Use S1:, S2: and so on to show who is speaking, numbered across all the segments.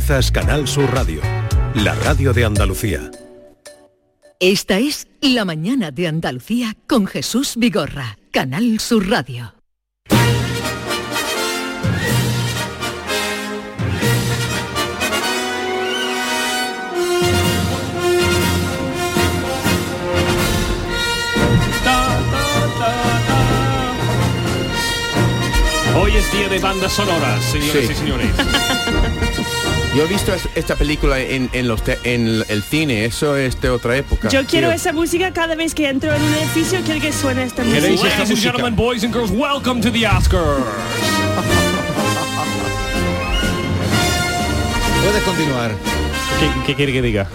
S1: Sintonizas Canal Sur Radio, la radio de Andalucía.
S2: Esta es La mañana de Andalucía con Jesús Vigorra, Canal Sur Radio.
S3: Hoy es día de bandas sonoras, señores
S4: Sí.
S3: y señores.
S4: Yo he visto es- esta película en, en los te- en el cine, eso es de otra época.
S5: Yo quiero
S4: Tío.
S5: esa música cada vez que entro en un edificio, quiero que suene esta
S3: Ladies
S5: música.
S3: and gentlemen, boys and girls, welcome to the Oscars.
S6: Puedes continuar.
S3: ¿Qué, quiere que diga?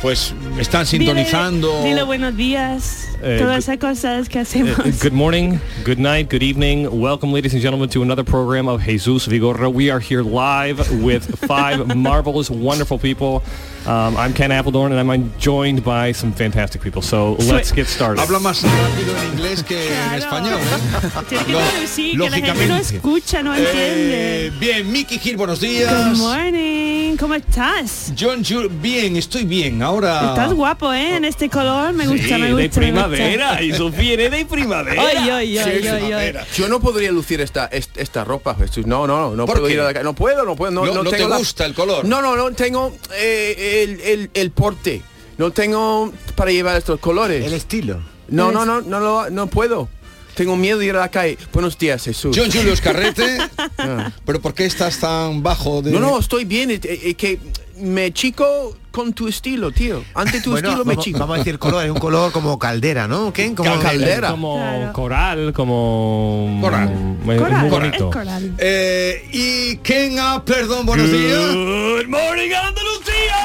S6: pues están
S5: Dile-
S6: sintonizando.
S5: Dile, buenos días.
S3: Eh,
S5: todas esas cosas que hacemos.
S7: eh,
S3: Uh, good morning, good night, good evening. Welcome, ladies and gentlemen, to another program of Jesus Vigorra. We are here live with five marvelous, wonderful people. Um, I'm Ken Appledorn, and I'm joined by some fantastic people. So let's get started.
S6: Habla más rápido en inglés que en español. ¿eh?
S5: Tiene que
S6: Lo-
S5: traducir, que la gente no
S6: lógicamente.
S5: escucha, no
S6: Eh,
S5: entiende.
S6: bien, Mickey Gil, buenos días.
S5: Good morning, ¿cómo estás?
S6: John Jul, bien, estoy bien.
S7: Ah.
S6: Ahora.
S5: Estás guapo, ¿eh? En este color me gusta, me
S3: de
S5: gusta. me gusta.
S3: primavera, eso viene de primavera.
S5: Ay, ay,
S6: Sí,
S5: ay,
S6: sí,
S5: ay, ay.
S6: primavera.
S4: Yo no podría lucir esta est- esta ropa, Jesús. No, no, no, no
S6: ¿Por
S4: puedo
S6: qué?
S4: ir a la calle. No puedo, no puedo. No,
S6: No- no te
S4: tengo la-
S6: gusta el color.
S4: No, no, no tengo eh, el, el- el porte. No tengo para llevar estos colores.
S7: El estilo.
S4: No, no, no, no, lo- no puedo. Tengo miedo de ir a la calle. Buenos días, Jesús.
S7: John Julius Carrete. Pero ¿por qué estás tan bajo de
S4: No, no, estoy bien. Es, es que me chico con tu estilo, tío. Ante tu
S7: Bueno,
S4: estilo me
S7: vamos,
S4: chico.
S7: vamos a decir color, es un color como caldera, ¿no? Ken? Como
S4: Caldera.
S3: Como
S5: Claro.
S3: coral, como...
S7: Coral.
S3: Muy,
S5: Coral,
S3: muy
S5: es
S3: bonito.
S5: coral.
S7: Eh, y Ken ah, perdón, buenos días.
S3: Good morning, Andalucía.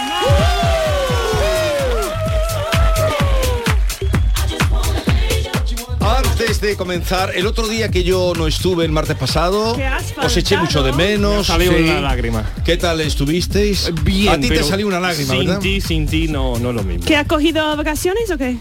S7: Antes de comenzar, el otro día que yo no estuve el martes pasado,
S5: Que has
S7: os eché mucho de
S5: faltado.
S7: menos.
S3: Salió
S7: sí.
S3: una lágrima.
S7: ¿Qué tal estuvisteis?
S3: Bien,
S7: A ti te
S3: pero
S7: salió una lágrima,
S3: sin
S7: ¿verdad?
S3: ti, sin ti, no, no es lo mismo.
S5: ¿Que has cogido vacaciones o qué?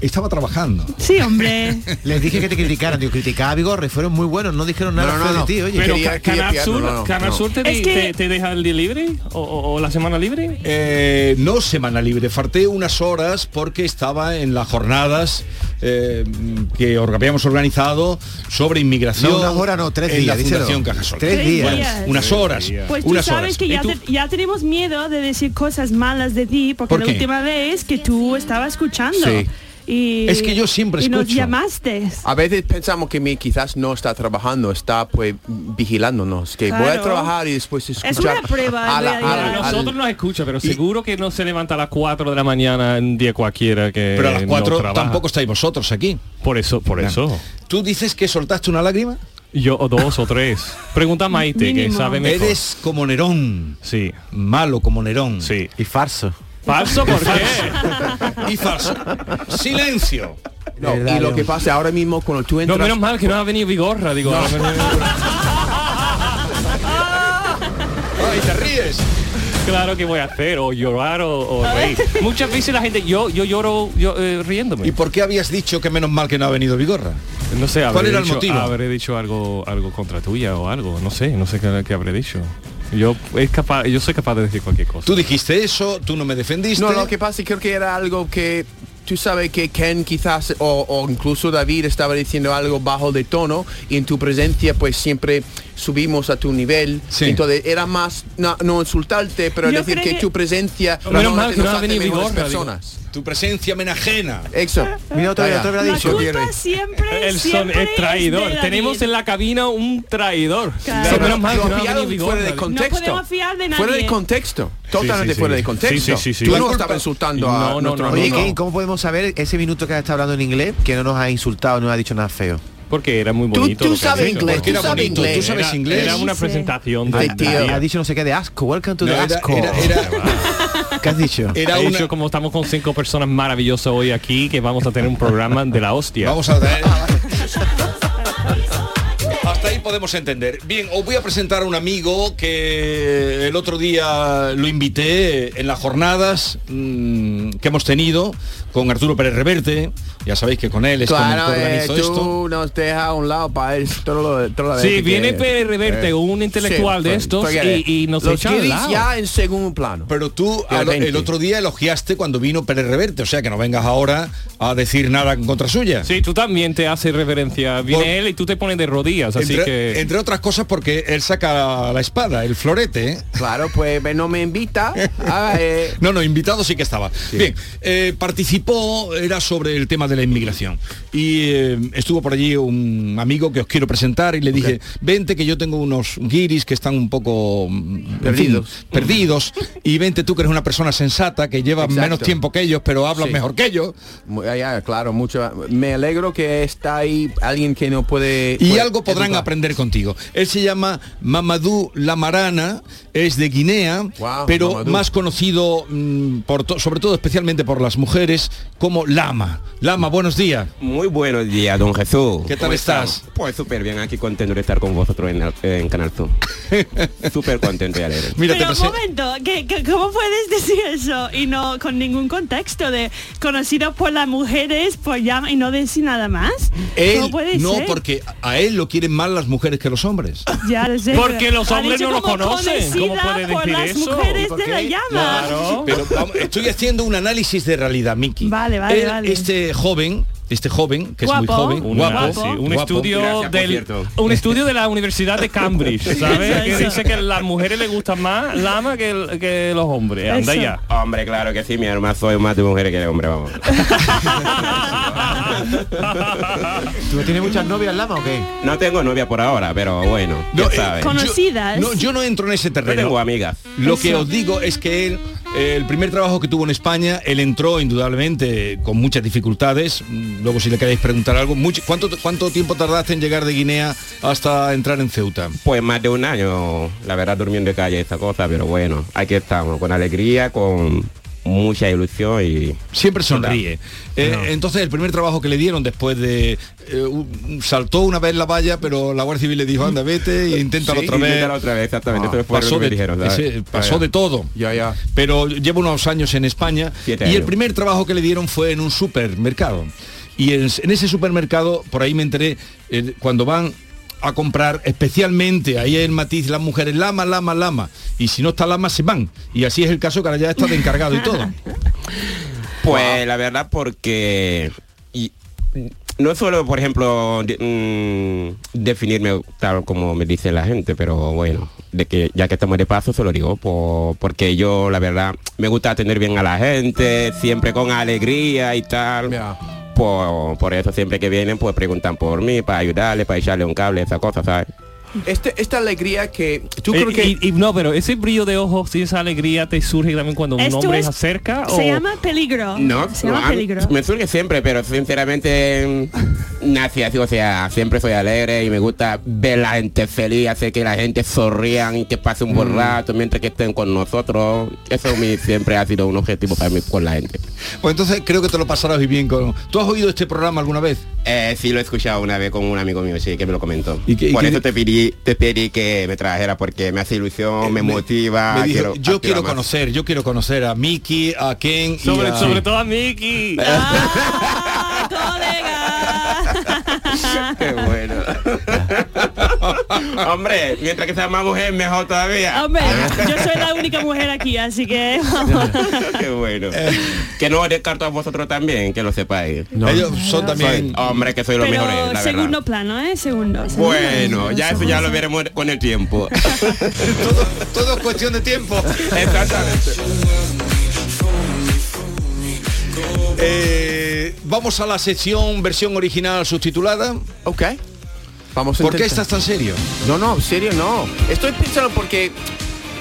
S7: Estaba trabajando.
S5: Sí, hombre.
S7: Les dije que te criticaran, digo, criticaba a Vigorra y fueron muy buenos, no dijeron nada
S4: No, no,
S7: feo
S4: no.
S7: de ti, oye.
S3: Pero
S4: Quería-
S3: Ca-
S4: quería
S3: Canal
S4: pillar-
S3: Sur,
S4: no, no,
S3: Canal
S4: no.
S3: Sur te, di-
S5: Es que-
S3: te- te deja el día libre o, o- o la semana libre.
S7: Eh, no, semana libre. Farté unas horas porque estaba en las jornadas eh, que or- habíamos organizado sobre inmigración.
S6: No, unas horas no, tres
S7: en
S6: días,
S7: la
S6: díselo.
S7: Fundación Cajasol.
S6: Tres
S5: Tres días. días.
S7: unas horas.
S5: Pues tú
S7: unas
S5: sabes
S7: horas.
S5: que ya,
S7: ¿Y tú?
S5: te- ya tenemos miedo de decir cosas malas de ti, porque
S7: ¿Por
S5: la
S7: qué?
S5: última vez que tú estabas escuchando.
S4: Sí.
S5: Y,
S7: Es que yo siempre
S5: y nos
S7: escucho.
S5: llamaste.
S4: A veces pensamos que mi quizás no está trabajando, está pues vigilándonos. Que voy a
S5: Claro.
S4: trabajar y después escuchar.
S5: una prueba,
S4: a la-
S5: en realidad.
S4: a-
S3: A
S4: al-
S3: nosotros nos escucha, pero seguro que no se levanta a las 4 de la mañana en día cualquiera que
S7: Pero a las
S3: no
S7: cuatro
S3: trabaja.
S7: tampoco estáis vosotros aquí.
S3: Por eso, por eso.
S7: ¿Tú dices que soltaste una lágrima?
S3: Yo o dos o tres. Pregunta a Maite, que
S5: Mínimo.
S3: sabe mejor.
S7: Eres como Nerón.
S3: Sí,
S7: Malo como Nerón.
S3: sí.
S6: Y farso.
S3: Falso, ¿por qué?
S7: Y falso. Silencio.
S4: no, y lo que pasa ahora mismo cuando tú
S3: No,
S4: entras.
S3: menos mal que no ha venido Vigorra, digo.
S7: Ay, te ríes.
S3: Claro que voy a hacer, o llorar o, o reír. Muchas veces la gente, yo, yo lloro yo, eh, riéndome.
S7: ¿Y por qué habías dicho que menos mal que no ha venido Vigorra?
S3: No sé, habré
S7: ¿Cuál era el
S3: dicho,
S7: motivo?
S3: Habré dicho algo, algo contra tuya o algo, no sé, no sé qué, qué habré dicho. Yo es capaz, yo soy capaz de decir cualquier cosa.
S7: Tú dijiste eso, tú no me defendiste.
S4: No, lo que pasa es que creo que era algo que tú sabes que Ken quizás o, o incluso David estaba diciendo algo bajo de tono y en tu presencia pues siempre subimos a tu nivel.
S7: Sí.
S4: Entonces era más no, no insultarte, pero
S5: Yo
S4: decir
S5: creo
S4: que,
S5: que-
S4: tu presencia
S3: No, menos mal que no ha
S4: hace
S3: venido
S4: mejores
S3: Vigorra, digo.
S4: personas.
S7: Tu presencia me enajena.
S4: Eso.
S6: Mira, otro,
S4: Vaya.
S6: otro habrá
S5: La
S6: dicho.
S5: culpa siempre,
S3: el son
S5: siempre
S3: es traidor.
S5: de David.
S3: Tenemos en la cabina un traidor.
S5: Claro.
S3: Sí,
S4: Pero
S3: menos mal
S4: lo
S3: que no ha
S4: pillaron
S3: venido Vigorra.
S4: fuera de contexto.
S5: podemos fiar de nadie.
S4: Fuera de contexto. Totalmente
S3: sí, sí.
S4: fuera de contexto.
S3: Sí, sí, sí, sí.
S4: Tú
S3: La
S4: no
S7: culpa-
S4: estabas insultando a
S3: No, no,
S4: nuestro
S3: no, no,
S4: amigo.
S3: no.
S6: Oye, Ken, ¿cómo podemos saber ese minuto que has estado hablando en inglés que no nos ha insultado, no nos ha dicho nada feo?
S3: Porque era muy
S4: Tú-
S3: bonito.
S4: tú
S3: lo que
S4: sabes
S3: había hecho.
S4: inglés,
S7: Porque
S4: tú
S7: era
S4: sabes
S7: bonito.
S4: inglés.
S7: Tú sabes
S3: Era-
S7: inglés.
S3: Era una
S5: Sí.
S3: presentación de,
S4: Ay,
S3: de-
S4: este tío.
S3: de-
S6: Ha dicho no sé qué de asco. Welcome to
S7: No,
S6: the
S7: era,
S6: asco.
S7: era- era-
S6: ¿Qué has dicho?
S7: era
S3: Ha
S7: una-
S3: dicho, como estamos con cinco personas maravillosas hoy aquí, que vamos a tener un programa de la hostia.
S7: Vamos a ver. Hasta ahí podemos entender. Bien, os voy a presentar a un amigo que El otro día lo invité en las jornadas mm, que hemos tenido con Arturo Pérez Reverte. Ya sabéis que con él es con el
S4: Claro,
S7: que
S4: eh,
S7: organizo
S4: tú
S7: esto.
S4: nos dejas a un lado para él todo lo, todo lo
S8: Sí,
S4: vez que Eh,
S8: viene
S4: quieres.
S8: Pérez Reverte, un intelectual
S4: pues,
S8: de estos,
S4: porque
S8: y- y nos
S4: los
S8: echa al
S4: kiddies
S8: lado.
S4: ya en segundo plano.
S7: Pero tú
S4: De
S7: al- el
S4: repente.
S7: otro día elogiaste cuando vino Pérez Reverte, o sea que no vengas ahora a decir nada en contra suya.
S8: Sí, tú también te haces referencia. Viene
S7: Por-
S8: él y tú te pones de rodillas, así
S7: Entre,
S8: que...
S7: entre otras cosas porque él saca la espada, el florete. ¿eh?
S4: Claro, pues no me invita. Ah, eh,
S7: No, no, invitado sí que estaba. Bien, eh, participó, era sobre el tema de la inmigración. Y eh, estuvo por allí un amigo que os quiero presentar y le dije, vente que yo tengo unos guiris que están un poco mm, en fin,
S4: Perdidos.
S7: perdidos. Y vente tú que eres una persona sensata, que llevas
S4: Exacto.
S7: menos tiempo que ellos, pero hablas
S4: Sí.
S7: mejor que ellos.
S4: mu- ah, ya, claro, mucho. Me alegro que está ahí alguien que no puede.
S7: Y
S4: puede
S7: algo podrán
S4: educar.
S7: aprender contigo. Él se llama Mamadou Lamarana, es de Guinea,
S4: Guau,
S7: pero
S4: Mamadou.
S7: más conocido, mm, por to- sobre todo especialmente por las mujeres, como Lama. Lama, buenos días.
S9: Muy buenos días, don Jesús.
S7: ¿Qué tal
S9: ¿Cómo
S7: estás?
S9: estamos? Pues súper bien, aquí contento de estar con vosotros en, el- en Canal Sur. súper contento y alegre.
S7: Mira, te
S5: Pero un
S7: presen-
S5: momento, ¿qué- qué- cómo puedes decir eso y no con ningún contexto de conocido por las mujeres, por llama y no decir nada más?
S7: Él,
S5: ¿Cómo puede
S7: no,
S5: ser?
S7: porque a él lo quieren más las mujeres que los hombres.
S5: Ya lo sé,
S8: Porque
S5: pero
S8: los
S5: ha
S8: hombres
S5: dicho
S8: no lo
S5: como
S8: conocen. ¿Cómo
S5: conocida
S8: puede
S5: por
S8: decir
S5: las
S8: eso?
S5: mujeres
S4: ¿Por
S5: de la
S4: qué?
S5: llama.
S8: Claro.
S7: Pero vamos, estoy haciendo un análisis de realidad, Miki.
S5: Vale, vale,
S7: Él,
S5: vale.
S7: Este joven, este joven, que es muy
S5: Guapo.
S7: joven,
S8: Un,
S7: guapo,
S8: sí, un
S7: guapo.
S8: estudio
S9: Gracias, por
S8: del
S9: cierto.
S8: un estudio de la Universidad de Cambridge, ¿sabes?
S5: Eso,
S8: que
S5: eso.
S8: dice que a las mujeres les gusta más lama que, el- que los hombres. Anda
S5: Eso.
S8: ya.
S9: Hombre, claro que sí, mi hermano soy más de mujeres que de hombre, vamos.
S6: ¿Tú no tienes muchas novias, Lama, o qué?
S9: No tengo novia por ahora, pero bueno,
S7: No,
S9: ya
S7: eh,
S9: sabes.
S5: con-
S9: Yo
S5: Conocidas.
S7: Yo, no, yo no entro en ese terreno.
S9: tengo amigas.
S7: Lo que os digo es que él, eh, el primer trabajo que tuvo en España, él entró indudablemente con muchas dificultades. Mm, Luego si le queréis preguntar algo, mucho- ¿cuánto, ¿cuánto tiempo tardaste en llegar de Guinea hasta entrar en Ceuta?
S9: Pues más de un año, la verdad, durmiendo de calle esta cosa, pero bueno, aquí estamos, con alegría, con mucha ilusión y
S7: Siempre sonríe. Eh, Entonces el primer trabajo que le dieron después de... eh, un- saltó una vez la valla, pero la Guardia Civil le dijo, anda, vete e inténtalo
S9: Sí,
S7: otra vez. Ah,
S9: inténtalo otra vez, exactamente. Eso fue lo
S7: pasó
S9: que me
S7: de,
S9: dijeron, ¿sabes? Ah,
S7: ese- pasó
S9: Ya, ya.
S7: de todo.
S4: Ya, ya.
S7: pero lleva unos años en España
S9: Siete
S7: y el
S9: años.
S7: primer trabajo que le dieron fue en un supermercado. Y en, en ese supermercado, por ahí me enteré, eh, cuando van a comprar especialmente, ahí en matiz, las mujeres, lama, lama, lama. Y si no está lama, se van. Y así es el caso que ahora ya está de encargado y todo.
S9: Pues la verdad porque y, mm, no solo, por ejemplo, de- mm, definirme tal como me dice la gente, pero bueno, de que ya que estamos de paso se lo digo, po- porque yo la verdad me gusta atender bien a la gente, siempre con alegría y tal.
S4: Ya.
S9: Por, por eso siempre que vienen pues preguntan por mí, para ayudarle, para echarle un cable, esa cosa, ¿sabes?
S4: Este- esta alegría que tú
S8: Eh,
S4: creo que
S8: y, y no, pero ese brillo de ojos y esa alegría te surge también cuando un
S5: Esto
S8: hombre
S5: es-
S8: se acerca o
S5: Se llama peligro.
S9: No,
S5: se llama
S9: a mí-
S5: peligro.
S9: me surge siempre, pero sinceramente mm, nací así, o sea, siempre soy alegre y me gusta ver la gente feliz, hacer que la gente sonrían y que pase un buen rato mientras que estén con nosotros. Eso mi- siempre ha sido un objetivo para mí con la gente.
S7: Pues entonces creo que te lo pasarás muy bien con... ¿Tú has oído este programa alguna vez?
S9: Eh, sí, lo he escuchado una vez con un amigo mío, sí, que me lo comentó.
S7: ¿Y qué- y
S9: Por
S7: qué
S9: eso
S7: di-
S9: te pedí, te pedí que me trajera porque me hace ilusión, Eh, me, motiva.
S7: Me dijo,
S9: quiero
S7: yo
S9: activar
S7: quiero
S9: más".
S7: conocer, yo quiero conocer a Miki, a Ken y
S8: sobre,
S7: a-
S8: sobre todo a Mickey.
S5: Ah, colega.
S9: Qué bueno. Hombre, mientras que sea más mujer, mejor todavía.
S5: Hombre, yo soy la única mujer aquí, así que vamos.
S9: Qué bueno. que no descarto a vosotros también, que lo sepáis.
S7: Ellos son
S9: Soy,
S7: también...
S9: hombre, que soy los
S5: Pero
S9: mejores, la
S5: segundo
S9: verdad.
S5: plano, ¿eh? Segundo. segundo
S9: Bueno,
S5: plano,
S9: ya eso
S5: segundo
S9: ya lo
S5: plano.
S9: veremos con el tiempo.
S7: todo, todo es cuestión de tiempo.
S9: Exactamente.
S7: Eh, vamos a la sección versión original subtitulada.
S4: ok vamos a
S7: ¿Por qué
S4: intentar.
S7: estás tan serio?
S4: no no serio no estoy pensando porque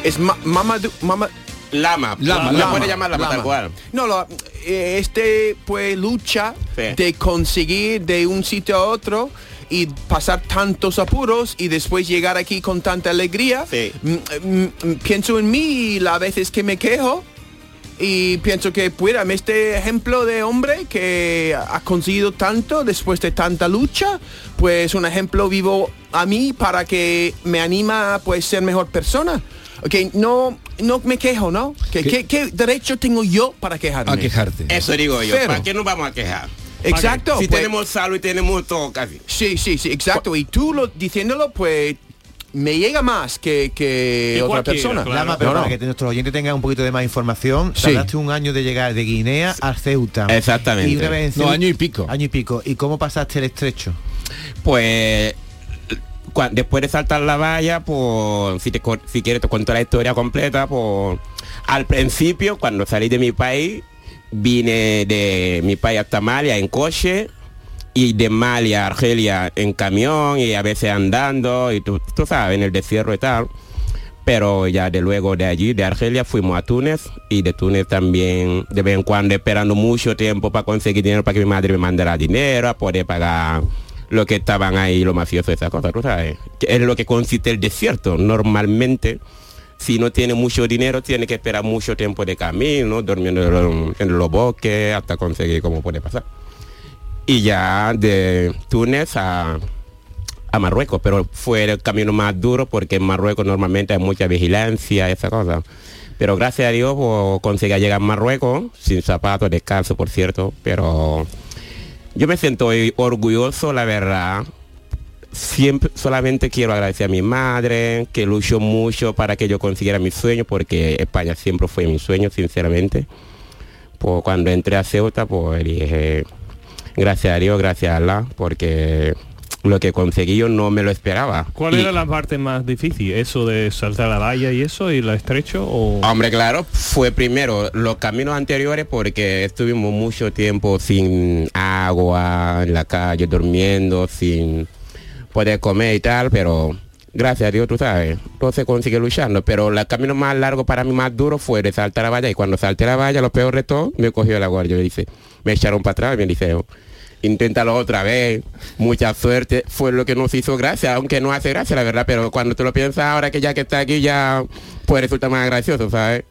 S4: es ma mamá mamá
S9: Lama.
S7: Lama,
S9: La
S7: lama,
S9: puede llamar lama, tal
S4: Lama.
S9: cual.
S4: No, lo- eh, este pues lucha
S9: Sí.
S4: de conseguir de un sitio a otro y pasar tantos apuros y después llegar aquí con tanta alegría.
S9: Sí.
S4: Mm, mm, mm, pienso en mí y las veces que me quejo y pienso que pueda este ejemplo de hombre que ha conseguido tanto después de tanta lucha pues un ejemplo vivo a mí para que me anima a pues ser mejor persona Ok, no, no me quejo, ¿no? ¿Qué,
S7: ¿Qué?
S4: qué, qué derecho tengo yo para quejarme?
S7: A quejarte.
S9: Eso digo yo.
S4: Cero.
S9: ¿Para qué nos vamos a quejar?
S4: Exacto.
S9: Si
S4: pues-
S9: tenemos salud y tenemos todo casi. Pues-
S4: Sí, sí, sí, exacto. Y tú lo, diciéndolo, pues me llega más que, que
S8: Que
S4: Eh, otra
S8: cualquiera,
S4: persona.
S8: claro.
S6: Lama, pero
S4: No, no.
S6: para que te- nuestros oyentes tengan un poquito de más información,
S4: Sí.
S6: tardaste un año de llegar de Guinea a Ceuta.
S9: Exactamente.
S6: Y una vez en
S7: No,
S6: Ceuta-
S7: año y pico.
S6: Año y pico. ¿Y cómo pasaste el estrecho?
S9: Pues cua- después de saltar la valla, pues si, te co- si quieres te cuento la historia completa, pues al principio cuando salí de mi país, vine de mi país hasta Malia en coche y de Malia a Argelia en camión y a veces andando y tú, tú sabes, en el desierto y tal. Pero ya de luego de allí, de Argelia, fuimos a Túnez y de Túnez también, de vez en cuando esperando mucho tiempo para conseguir dinero para que mi madre me mandara dinero, a poder pagar lo que estaban ahí, lo mafioso, esas cosas, tú sabes. Que Es lo que consiste el desierto. Normalmente, si no tiene mucho dinero, tiene que esperar mucho tiempo de camino, durmiendo en los, en los bosques, hasta conseguir cómo puede pasar. Y ya de Túnez a, a Marruecos, pero fue el camino más duro porque en Marruecos normalmente hay mucha vigilancia, esa cosa. Pero gracias a Dios pues, conseguí llegar a Marruecos, sin zapatos, descalzo, por cierto, pero yo me siento hoy orgulloso, la verdad. Siempre, solamente quiero agradecer a mi madre, que luchó mucho para que yo consiguiera mi sueño, porque España siempre fue mi sueño, sinceramente. Pues cuando entré a Ceuta, pues dije, gracias a Dios, gracias a Allah, porque lo que conseguí yo no me lo esperaba.
S8: ¿Cuál
S9: Y-
S8: era la parte más difícil? ¿Eso de saltar la valla y eso y la estrecho? O...
S9: Hombre, claro, fue primero los caminos anteriores porque estuvimos mucho tiempo sin agua, en la calle, durmiendo, sin poder comer y tal, pero gracias a Dios, tú sabes, todo se consigue luchando. Pero el camino más largo para mí, más duro, fue de saltar la valla y cuando salté la valla, lo peor de todo, me cogió la guardia, me dice, me echaron para atrás y me dice, "Oh, inténtalo otra vez, mucha suerte, fue lo que nos hizo gracia, aunque no hace gracia la verdad, pero cuando tú lo piensas ahora que ya que está aquí ya pues resulta más gracioso, ¿sabes?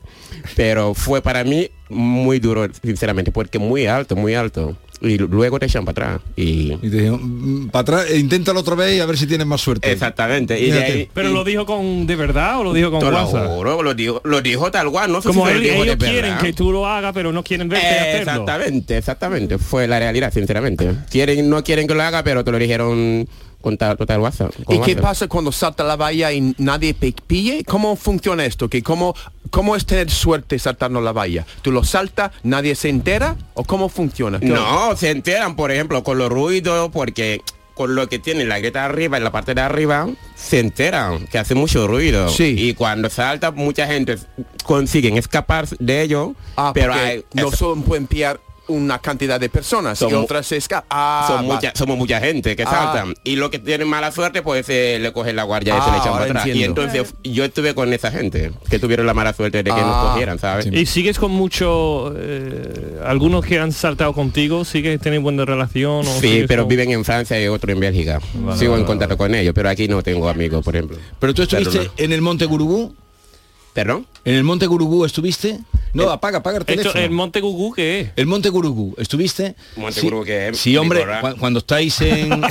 S9: Pero fue para mí muy duro, sinceramente, porque muy alto, muy alto. Y luego te echan para atrás. Y...
S7: Y te digo, "Mm, para atrás, e inténtalo otra vez y a ver si tienes más suerte.
S9: Exactamente. Y de
S7: Fíjate.
S9: ahí-
S8: ¿Pero
S9: y-
S8: lo dijo con de verdad o lo dijo con
S9: Te lo
S8: WhatsApp?
S9: juro, lo dijo, lo dijo tal cual, no sé
S8: Como
S9: si
S8: él-
S9: lo dijo de
S8: ellos quieren
S9: verdad.
S8: que tú lo hagas, pero no quieren verte hacerlo.
S9: Exactamente, exactamente. Fue la realidad, sinceramente. Quieren, no quieren que lo haga, pero te lo dijeron con tal, total WhatsApp. con
S4: ¿Y qué
S9: WhatsApp.
S4: pasa cuando salta la valla y nadie pe- pille? ¿Cómo funciona esto? ¿Que cómo, ¿Cómo es tener suerte saltando la valla? ¿Tú lo saltas, nadie se entera? ¿O cómo funciona?
S9: No, se enteran, por ejemplo, con los ruidos, porque con lo que tiene la grieta arriba en la parte de arriba, se enteran que hace mucho ruido.
S4: Sí.
S9: Y cuando salta, mucha gente consiguen escapar de ello,
S4: Ah,
S9: pero
S4: pero
S9: hay,
S4: no
S9: es-
S4: solo pueden pillar una cantidad de personas y
S9: Son mu-
S4: otras se escapan. Ah,
S9: son
S4: va.
S9: mucha- somos mucha gente que
S4: Ah.
S9: saltan. Y los que tienen mala suerte, pues eh, le cogen la guardia y se
S4: Ah,
S9: le echan para
S4: ahora
S9: atrás. Y
S4: entiendo.
S9: entonces yo estuve con esa gente, que tuvieron la mala suerte de que nos
S4: Ah.
S9: cogieran, ¿sabes?
S7: Sí.
S8: ¿Y sigues con mucho... eh, algunos que han saltado contigo, sigues teniendo buena relación? o
S9: Sí,
S8: sigues
S9: pero
S8: con-
S9: viven en Francia y otro en Bélgica.
S8: Vale,
S9: Sigo
S8: vale,
S9: en contacto con ellos, pero aquí no tengo amigos, por ejemplo.
S7: Pero tú estuviste
S9: Claro,
S7: en el Monte Gurubú.
S9: ¿Perdón?
S7: ¿En el Monte Gurubú estuviste? No, apaga, apaga el teléfono.
S8: Esto, eh,
S3: eh,
S8: ¿El Monte Gugú qué es?
S7: El Monte Gurugú, ¿estuviste?
S9: Monte
S7: Sí,
S9: Gurugú, que es
S7: Sí, hombre,
S9: Bigorra.
S7: cua- cuando estáis en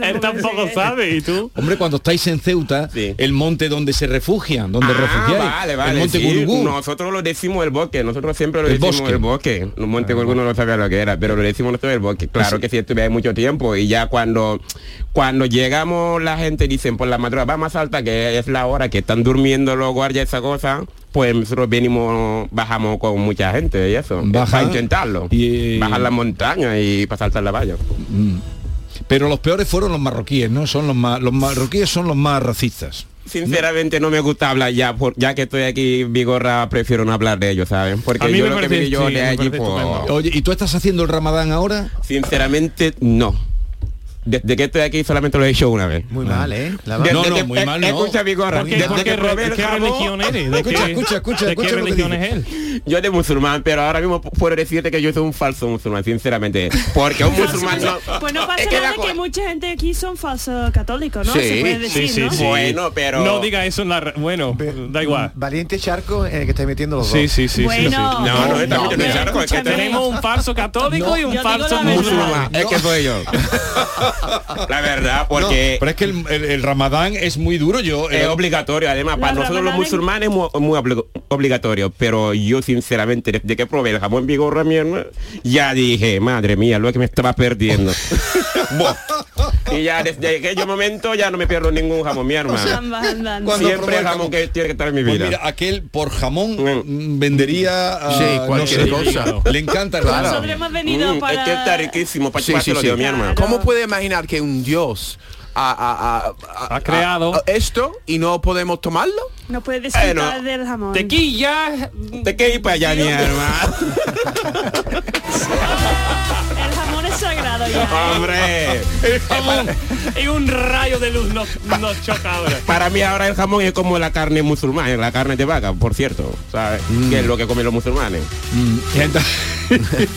S8: Él tampoco sabe, ¿y tú?
S7: hombre, cuando estáis en Ceuta,
S9: Sí.
S7: el monte donde se refugian, donde
S9: Ah,
S7: refugiáis,
S9: Vale, vale.
S7: el Monte
S9: sí.
S7: Gurugú.
S9: Nosotros lo decimos el bosque, nosotros siempre lo
S7: El
S9: decimos
S7: bosque.
S9: el bosque. El Monte Gurugú no lo sabía lo que era, pero lo decimos nosotros el bosque. Claro que sí, estuve ahí mucho tiempo y ya cuando cuando llegamos la gente dicen por la madrugada, vamos a salta que es la hora que están durmiendo los guardias esa cosa, pues nosotros venimos, bajamos con mucha gente y eso.
S7: Baja
S9: para intentarlo.
S7: y-
S9: Bajar la montaña y para saltar la valla.
S7: Mm. Pero los peores fueron los marroquíes, ¿no? Son los más los marroquíes son los más racistas.
S9: Sinceramente no me gusta hablar ya, por- ya que estoy aquí Vigorra, prefiero no hablar de ellos, ¿saben? Porque
S8: A mí
S9: yo
S8: me
S9: lo que
S8: parece-
S9: vi
S8: sí,
S9: yo de
S8: me
S9: allí,
S8: parece
S9: pues,
S8: estupendo.
S7: Oye, ¿y tú estás haciendo el Ramadán ahora?
S9: sinceramente no. Desde que estoy aquí solamente lo he hecho una vez.
S6: Muy mal, ¿eh? La
S7: De-
S6: va-
S7: No, pues no,
S9: que-
S7: muy
S9: eh,
S7: mal, no.
S9: Escucha, Vigorra,
S8: ¿Por qué,
S9: desde
S8: por
S9: que
S8: qué
S9: probé
S8: re-
S9: el
S8: ¿qué
S9: jamón,
S8: religión eres? ¿De
S7: Escucha,
S8: qué,
S7: escucha, escucha,
S8: ¿de
S7: escucha
S8: qué
S7: lo que
S8: religión
S7: dice.
S8: es él?
S9: Yo de musulmán, pero ahora mismo puedo decirte que yo soy un falso musulmán, sinceramente. Porque un musulmán no...
S5: Pues no pasa
S9: Ah, Es que la
S5: nada
S9: co-
S5: que mucha gente aquí son falsos católicos, ¿no?
S4: Sí,
S5: Se puede decir, ¿no?
S9: Bueno, pero-
S8: No diga eso en la... ra- Bueno, da igual.
S6: mm, Valiente charco en el que estáis metiendo los
S8: Sí,
S6: dos.
S8: sí, sí. sí, sí.
S5: Bueno,
S9: No, no, también
S5: pero
S9: es algo que
S5: escúchame.
S8: Tenemos un falso católico y
S5: yo
S8: un
S5: digo
S8: falso
S5: la verdad.
S8: musulmán.
S9: Es que soy yo. La verdad, porque
S7: Pero es que el, el- el ramadán es muy duro. Yo
S9: es
S7: eh,
S9: obligatorio. Además,
S5: La
S9: para nosotros los
S5: Ramadán es-
S9: musulmanes es muy, muy obli- obligatorio. Pero yo, sinceramente, desde que probé el jamón vigorra, mierda, ya dije, madre mía, lo que me estaba perdiendo. Buah. y ya desde aquel momento ya no me pierdo ningún jamón, mi hermano.
S5: Ambas, ambas.
S7: Cuando-
S9: Siempre
S7: probé el
S9: el
S7: jamón.
S9: jamón que tiene que estar en mi
S7: pues
S9: vida.
S7: mira, aquel por jamón
S9: Mm.
S7: mm, vendería ah,
S4: Sí, cualquier cosa.
S7: Le encanta el
S4: Claro.
S7: ramadán.
S5: Nosotros hemos venido
S9: Mm,
S5: para...
S9: Es que está riquísimo, para
S4: Sí, sí, sí.
S9: mi
S5: Claro.
S9: hermano.
S4: ¿Cómo puede imaginar que un dios ha, ha- ha- ha-
S8: Ha creado.
S4: ha- esto y no podemos tomarlo?
S5: No puedes disfrutar
S9: Eh, no.
S5: del jamón.
S9: Tequilla, te que ir para allá, mi hermano.
S5: El jamón es sagrado ya.
S9: Hombre,
S3: El jamón y un rayo de luz nos, nos choca ahora.
S9: para mí ahora el jamón es como la carne musulmana, la carne de vaca, por cierto, ¿sabes?
S8: Mm.
S9: Que es lo que comen los musulmanes.
S7: Mm, y enta-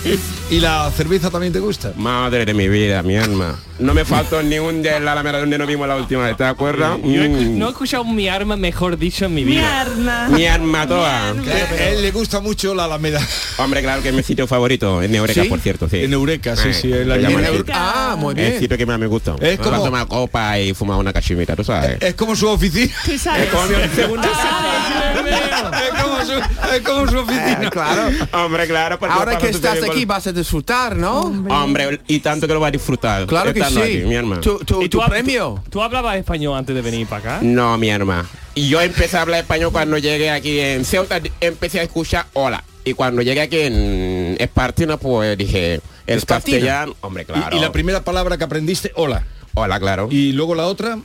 S7: ¿Y la cerveza también te gusta?
S9: Madre de mi vida, mi alma. No me faltó ni un de la alameda donde nos vimos la última vez, ¿te acuerdas?
S8: Yo he-
S9: Mm.
S8: no he escuchado mi arma mejor dicho en mi
S5: Mi
S8: vida.
S5: arma.
S9: Mi alma toda.
S5: Mi
S7: Eh, A él le gusta mucho la Alameda.
S9: Hombre, claro que es mi sitio favorito, en Eureka,
S4: ¿Sí?
S9: por cierto, sí.
S7: En Eureka, sí,
S9: Eh,
S7: sí, en la-
S9: se llama
S7: en
S9: así.
S5: Eureka.
S4: Ah, muy
S9: Es el
S4: bien.
S9: sitio que más me gusta.
S7: Es como-
S9: Para tomar copa y fumar una cachimita, tú sabes.
S7: Es como su oficina.
S5: Tú sabes. Tú sabes.
S7: es, como su, es como su
S4: Eh,
S7: oficina.
S4: claro.
S9: Hombre, claro, porque
S4: Ahora
S9: para
S4: que
S9: tú
S4: estás
S9: tienes-
S4: aquí vas a disfrutar, ¿no?
S9: Hombre, y tanto que lo vas a disfrutar.
S4: Claro que
S9: estando
S4: sí.
S9: aquí, mi hermano.
S4: Tu, tu-
S8: ¿Y
S4: tu
S8: hab-
S4: premio.
S8: tú- ¿Tú hablabas español antes de venir para acá?
S9: No, mi hermano. Y yo empecé a hablar español cuando llegué aquí en Ceuta, em-, empecé a escuchar Pues, hola. Y cuando llegué aquí en Espartina, pues dije, el
S4: Espartino.
S9: castellano, hombre, claro.
S7: Y, y la primera palabra que aprendiste, hola.
S9: hola, claro.
S7: Y luego la otra,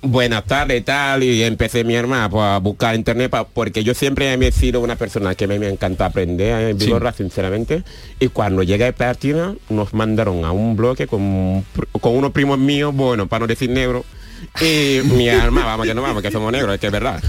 S9: buenas tardes y tal y empecé mi hermana pues, a buscar internet pa- porque yo siempre he sido una persona que me, me encanta aprender en
S7: Sí.
S9: Vigorra sinceramente y cuando llegué a Espartina nos mandaron a un bloque con, un pr- con unos primos míos bueno para no decir negro y mi hermana vamos que no vamos que somos negros es que es verdad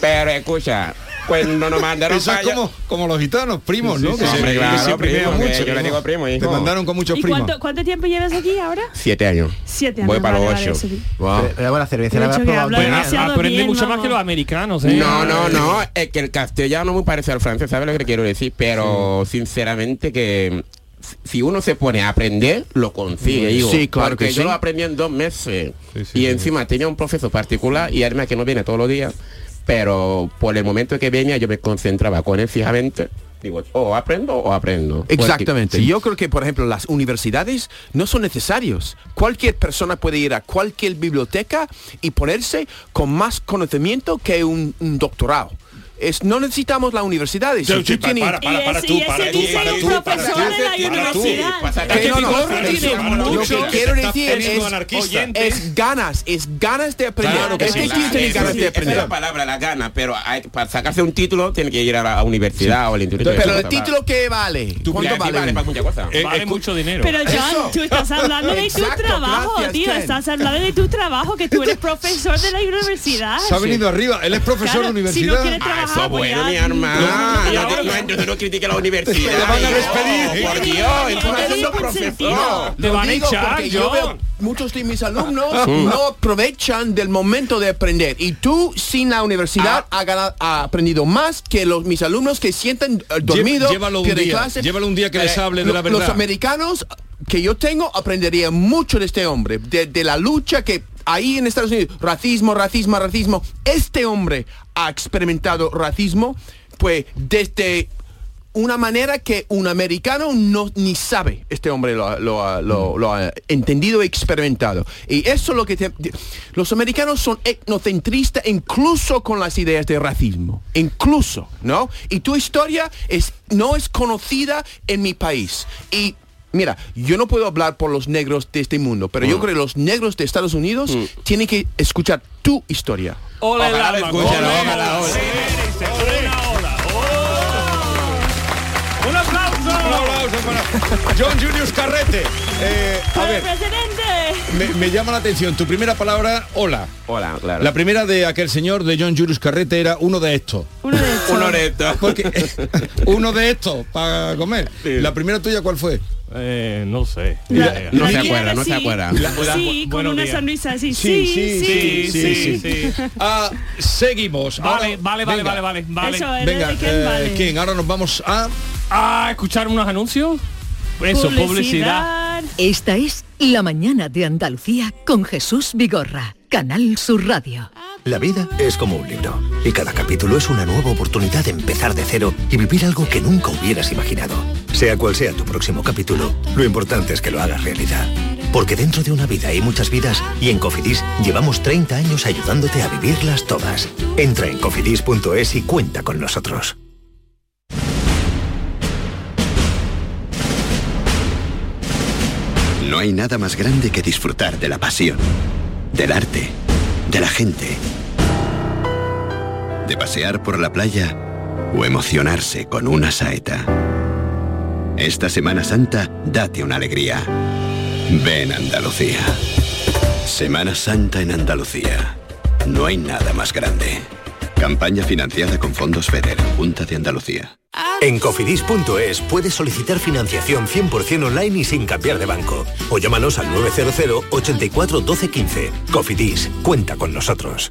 S9: pero escucha cuando nos mandaron
S7: eso
S9: para
S7: es
S9: allá-
S7: como, como los gitanos, primos, ¿no?
S9: sí, hombre,
S7: que
S9: claro,
S7: se primean
S9: primo, que yo le
S7: ¿no?
S9: digo primo,
S7: Te
S9: hijo.
S7: mandaron con muchos
S5: ¿Y
S7: primos.
S5: cuánto, cuánto tiempo llevas aquí ahora?
S9: siete años
S5: Siete
S9: voy
S5: años,
S9: para los
S5: vale, vale,
S9: ocho
S5: sí.
S6: Pero, pero bueno, la cerveza la
S5: Mucho
S6: habrás
S5: que
S6: probado
S5: hablar.
S6: tú, ¿no?
S5: Demasiado
S8: aprendí
S5: bien,
S8: mucho más
S5: vamos.
S8: que los americanos, ¿eh?
S9: No, no, no, es que el castellano muy parece al francés, ¿sabes lo que quiero decir? Pero sinceramente que si uno se pone a aprender, lo consigue, digo.
S4: Sí, claro
S9: porque
S4: que
S9: yo
S4: sí.
S9: lo aprendí en dos meses.
S8: Sí, sí,
S9: y
S8: sí.
S9: encima tenía un profesor particular y además que no viene todos los días. Pero por el momento que venía yo me concentraba con él fijamente. Digo, o aprendo o aprendo. Porque-
S4: Exactamente. Yo creo que, por ejemplo, las universidades no son necesarios. Cualquier persona puede ir a cualquier biblioteca y ponerse con más conocimiento que un, un doctorado. Es, no necesitamos la universidad. Si
S7: Sí,
S4: tú
S7: sí,
S4: tienes-
S7: para, para,
S5: Y
S7: para
S5: ese-
S7: tú,
S5: y ese
S7: para tú,
S5: dice
S7: para
S5: el
S7: tú, para
S5: profesor
S7: tú,
S5: de la
S7: para tú.
S5: universidad.
S9: Para
S4: Que
S9: tú.
S4: no, no,
S9: Vigorra
S4: para
S9: tiene
S4: tú,
S9: mucho-
S4: lo que quiero
S7: Estás
S4: decir
S7: poniendo
S4: es-
S7: anarquista.
S8: Oye,
S4: es ganas, es ganas de aprender.
S7: Claro que
S4: es
S7: sí,
S4: que
S9: Claro,
S4: tú tienes
S9: eso
S4: ganas
S9: sí,
S4: de
S9: esa es
S4: aprender.
S9: la palabra, la gana, pero hay- para sacarse un título tiene que ir a la universidad o al instituto.
S4: Pero el
S9: Para-
S4: título que vale,
S9: Tú
S4: ¿cuánto
S9: creativo,
S4: vale?
S9: vale para muchas cosas.
S7: Eh,
S8: Vale
S7: escu-
S8: mucho dinero.
S5: Pero John,
S4: Eso.
S5: tú estás hablando de tu
S4: Exacto,
S5: trabajo,
S4: gracias,
S5: tío.
S4: Ken.
S5: Estás hablando de tu trabajo, que tú eres profesor de la universidad.
S7: Se ha venido arriba. Él es profesor
S5: Ah, Claro,
S7: de
S5: si no
S7: universidad.
S5: quieres
S9: Ah,
S5: trabajar,
S9: eso es
S5: pues
S9: bueno,
S5: ya-
S9: mi hermano.
S5: No,
S9: No,
S5: no,
S9: te-
S5: no,
S9: no, entonces no critique la universidad.
S7: Te van a
S9: hijo.
S7: despedir.
S9: Por Dios, entonces
S5: Tiene
S9: eres un
S5: consentido.
S9: profesor.
S8: Te
S4: Lo
S8: van a
S4: digo
S8: echar,
S4: porque yo
S8: John.
S4: veo muchos de mis alumnos no aprovechan del momento de aprender y tú sin la universidad
S7: Ah.
S4: ha, ganado- ha aprendido más que los mis alumnos que sienten eh,
S7: Lle-
S4: dormido
S7: llévalo un
S4: pierden
S7: día.
S4: clase.
S7: Llévalo un día que les
S4: Eh,
S7: hable de
S4: lo-
S7: la verdad.
S4: los americanos que yo tengo aprenderían mucho de este hombre de, de la lucha que ahí en Estados Unidos racismo racismo racismo este hombre ha experimentado racismo pues desde una manera que un americano no ni sabe. Este hombre lo, ha- lo ha- lo- lo ha entendido y experimentado. Y eso es lo que... te- te- los americanos son etnocentristas incluso con las ideas de racismo. Incluso, ¿no? Y tu historia es, no es conocida en mi país. Y Mira, yo no puedo hablar por los negros de este mundo, pero yo creo que los negros de Estados Unidos tienen que escuchar tu historia.
S8: Hola,
S9: Ojalá
S8: el
S9: lo
S8: alma.
S9: escuchen,
S8: Ole,
S9: ojalá, ole.
S8: sí, merece, Una ola. ¡Oh! ¡Un
S7: Un
S8: aplauso!
S7: aplauso para John Julius Carrete. Eh, a
S5: Para el
S7: ver, me,
S5: presidente.
S7: me llama la atención. Tu primera palabra, hola.
S9: Hola, claro.
S7: La primera de aquel señor de John Julius Carrete era uno de estos.
S5: Uno de estos.
S9: Uno de estos.
S7: Porque uno de estos para comer.
S9: Sí.
S7: La primera tuya, ¿cuál fue?
S8: Eh, no sé.
S5: La-
S8: Idea.
S9: no
S5: la
S9: se
S5: tía
S9: acuerda,
S5: que
S9: no se
S5: sí.
S9: acuerda.
S5: Sí, con
S8: buenos
S5: una
S8: días.
S5: sonrisa así. Sí, sí, sí.
S8: sí,
S7: Ah, seguimos.
S8: Vale,
S7: Ahora-
S8: vale, vale,
S7: venga,
S8: vale, vale, vale.
S5: Eso es
S7: Venga,
S5: de Ken
S7: eh,
S5: vale.
S7: ¿quién? Ahora nos vamos a...
S8: Ah, escuchar unos anuncios. Eso, publicidad.
S2: Esta es La mañana de Andalucía con Jesús Vigorra, Canal Sur Radio.
S1: La vida es como un libro y cada capítulo es una nueva oportunidad de empezar de cero y vivir algo que nunca hubieras imaginado. Sea cual sea tu próximo capítulo, lo importante es que lo hagas realidad. Porque dentro de una vida hay muchas vidas y en Cofidis llevamos 30 años ayudándote a vivirlas todas. Entra en cofidis.es y cuenta con nosotros.
S10: No hay nada más grande que disfrutar de la pasión, del arte, de la gente, de pasear por la playa o emocionarse con una saeta. Esta Semana Santa, date una alegría. Ven Andalucía. Semana Santa en Andalucía. No hay nada más grande. Campaña financiada con fondos FEDER, Junta de Andalucía.
S1: En cofidis.es puedes solicitar financiación 100% online y sin cambiar de banco. O llámanos al 900 84 12 15. Cofidis, cuenta con nosotros.